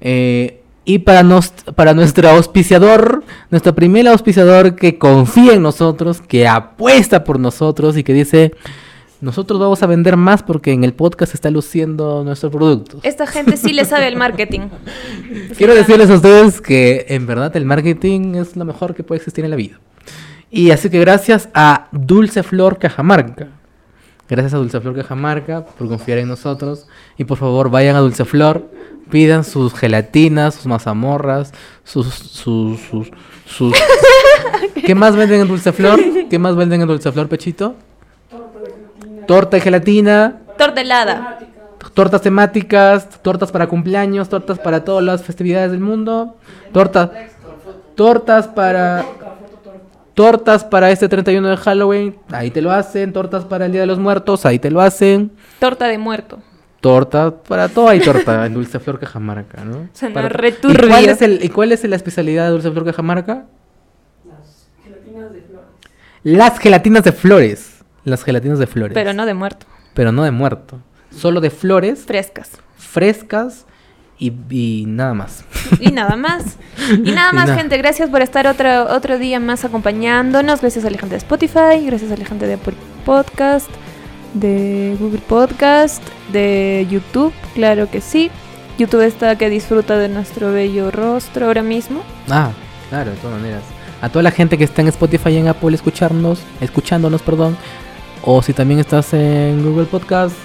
B: Eh, y para, nos, para nuestro auspiciador, nuestro primer auspiciador que confía en nosotros, que apuesta por nosotros y que dice, nosotros vamos a vender más porque en el podcast está luciendo nuestro producto.
C: Esta gente sí le sabe el marketing.
B: Quiero decirles a ustedes que en verdad el marketing es lo mejor que puede existir en la vida. Y así que gracias a Dulce Flor Cajamarca. Gracias a Dulce Flor Cajamarca por confiar en nosotros. Y por favor vayan a Dulce Flor, pidan sus gelatinas, sus mazamorras, sus... sus, sus, sus- ¿Qué más venden en Dulce Flor? ¿Qué más venden en Dulce Flor, Pechito? Torta de gelatina
C: Tortelada.
B: tortas temáticas, tortas para cumpleaños, tortas para todas las festividades del mundo, tortas tortas para tortas para este 31 de Halloween, ahí te lo hacen, tortas para el Día de los Muertos, ahí te lo hacen,
C: Torta de muerto.
B: torta para todo hay torta en Dulce Flor Cajamarca, ¿no?
C: Suena
B: Para-
C: re
B: ¿Y cuál
C: turbio.
B: es el y cuál es la especialidad de Dulce Flor Cajamarca? Las gelatinas de flores. Las gelatinas de flores.
C: Pero no de muerto.
B: Pero no de muerto. Solo de flores
C: Frescas.
B: frescas y, y nada más.
C: Y nada más. Y nada
B: Y
C: más,
B: nada.
C: gente. Gracias por estar otro, otro día más acompañándonos. Gracias a la gente de Spotify. Gracias a la gente de Apple Podcast. de Google Podcast, de YouTube, claro que sí. YouTube está que disfruta de nuestro bello rostro ahora mismo.
B: Ah, claro, de todas maneras. A toda la gente que está en Spotify y en Apple escucharnos, escuchándonos, perdón. O si también estás en Google Podcast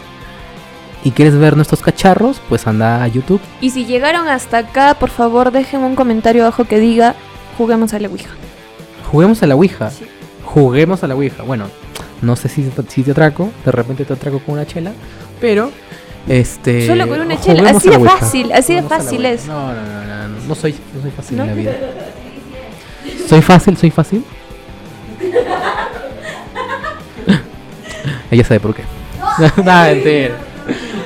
B: y quieres ver nuestros cacharros, pues anda a YouTube.
C: Y si llegaron hasta acá, por favor dejen un comentario abajo que diga juguemos a la Ouija.
B: Juguemos a la Ouija.
C: Sí.
B: Juguemos a la Ouija. Bueno, no sé si, te- si te atraco, de repente te atraco con una chela, pero este
C: Solo con una chela,
B: juguemos
C: así
B: a la
C: de
B: Ouija.
C: fácil, así de
B: Juguemos a la
C: fácil
B: Ouija.
C: es.
B: No, no, no, no, no, no soy no soy fácil
C: ¿No?
B: en la vida. Soy fácil, soy fácil. Ella sabe por qué. nada, mentira.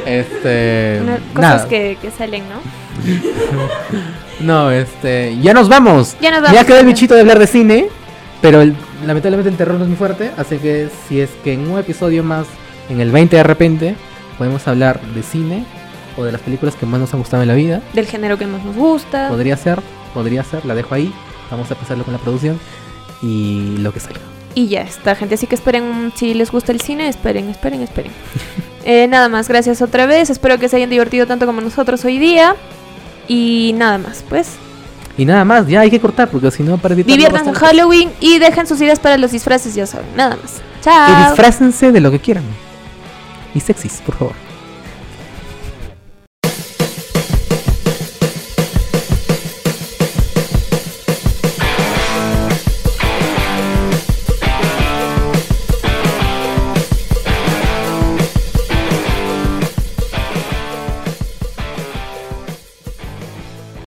B: Este
C: Una- cosas
B: nada.
C: que, que salen, ¿no?
B: No, este, ya nos vamos.
C: Ya nos vamos.
B: Ya quedó el bichito de hablar de cine, pero el- lamentablemente el terror no es muy fuerte, así que si es que en un episodio más, en el 20 de repente, podemos hablar de cine o de las películas que más nos han gustado en la vida,
C: Del género que más nos gusta.
B: podría ser, podría ser, la dejo ahí, vamos a pasarlo con la producción y lo que salga.
C: Y ya está, gente. Así que esperen, si les gusta el cine, esperen, esperen, esperen. Eh, nada más, gracias otra vez. Espero que se hayan divertido tanto como nosotros hoy día. Y nada más, pues.
B: Y nada más, ya hay que cortar porque si no para editarlo va a
C: Diviértanse en
B: estar-
C: Halloween y dejen sus ideas para los disfraces, ya saben. Nada más.
B: Y
C: Chao.
B: disfrácense de lo que quieran. Y sexys, por favor.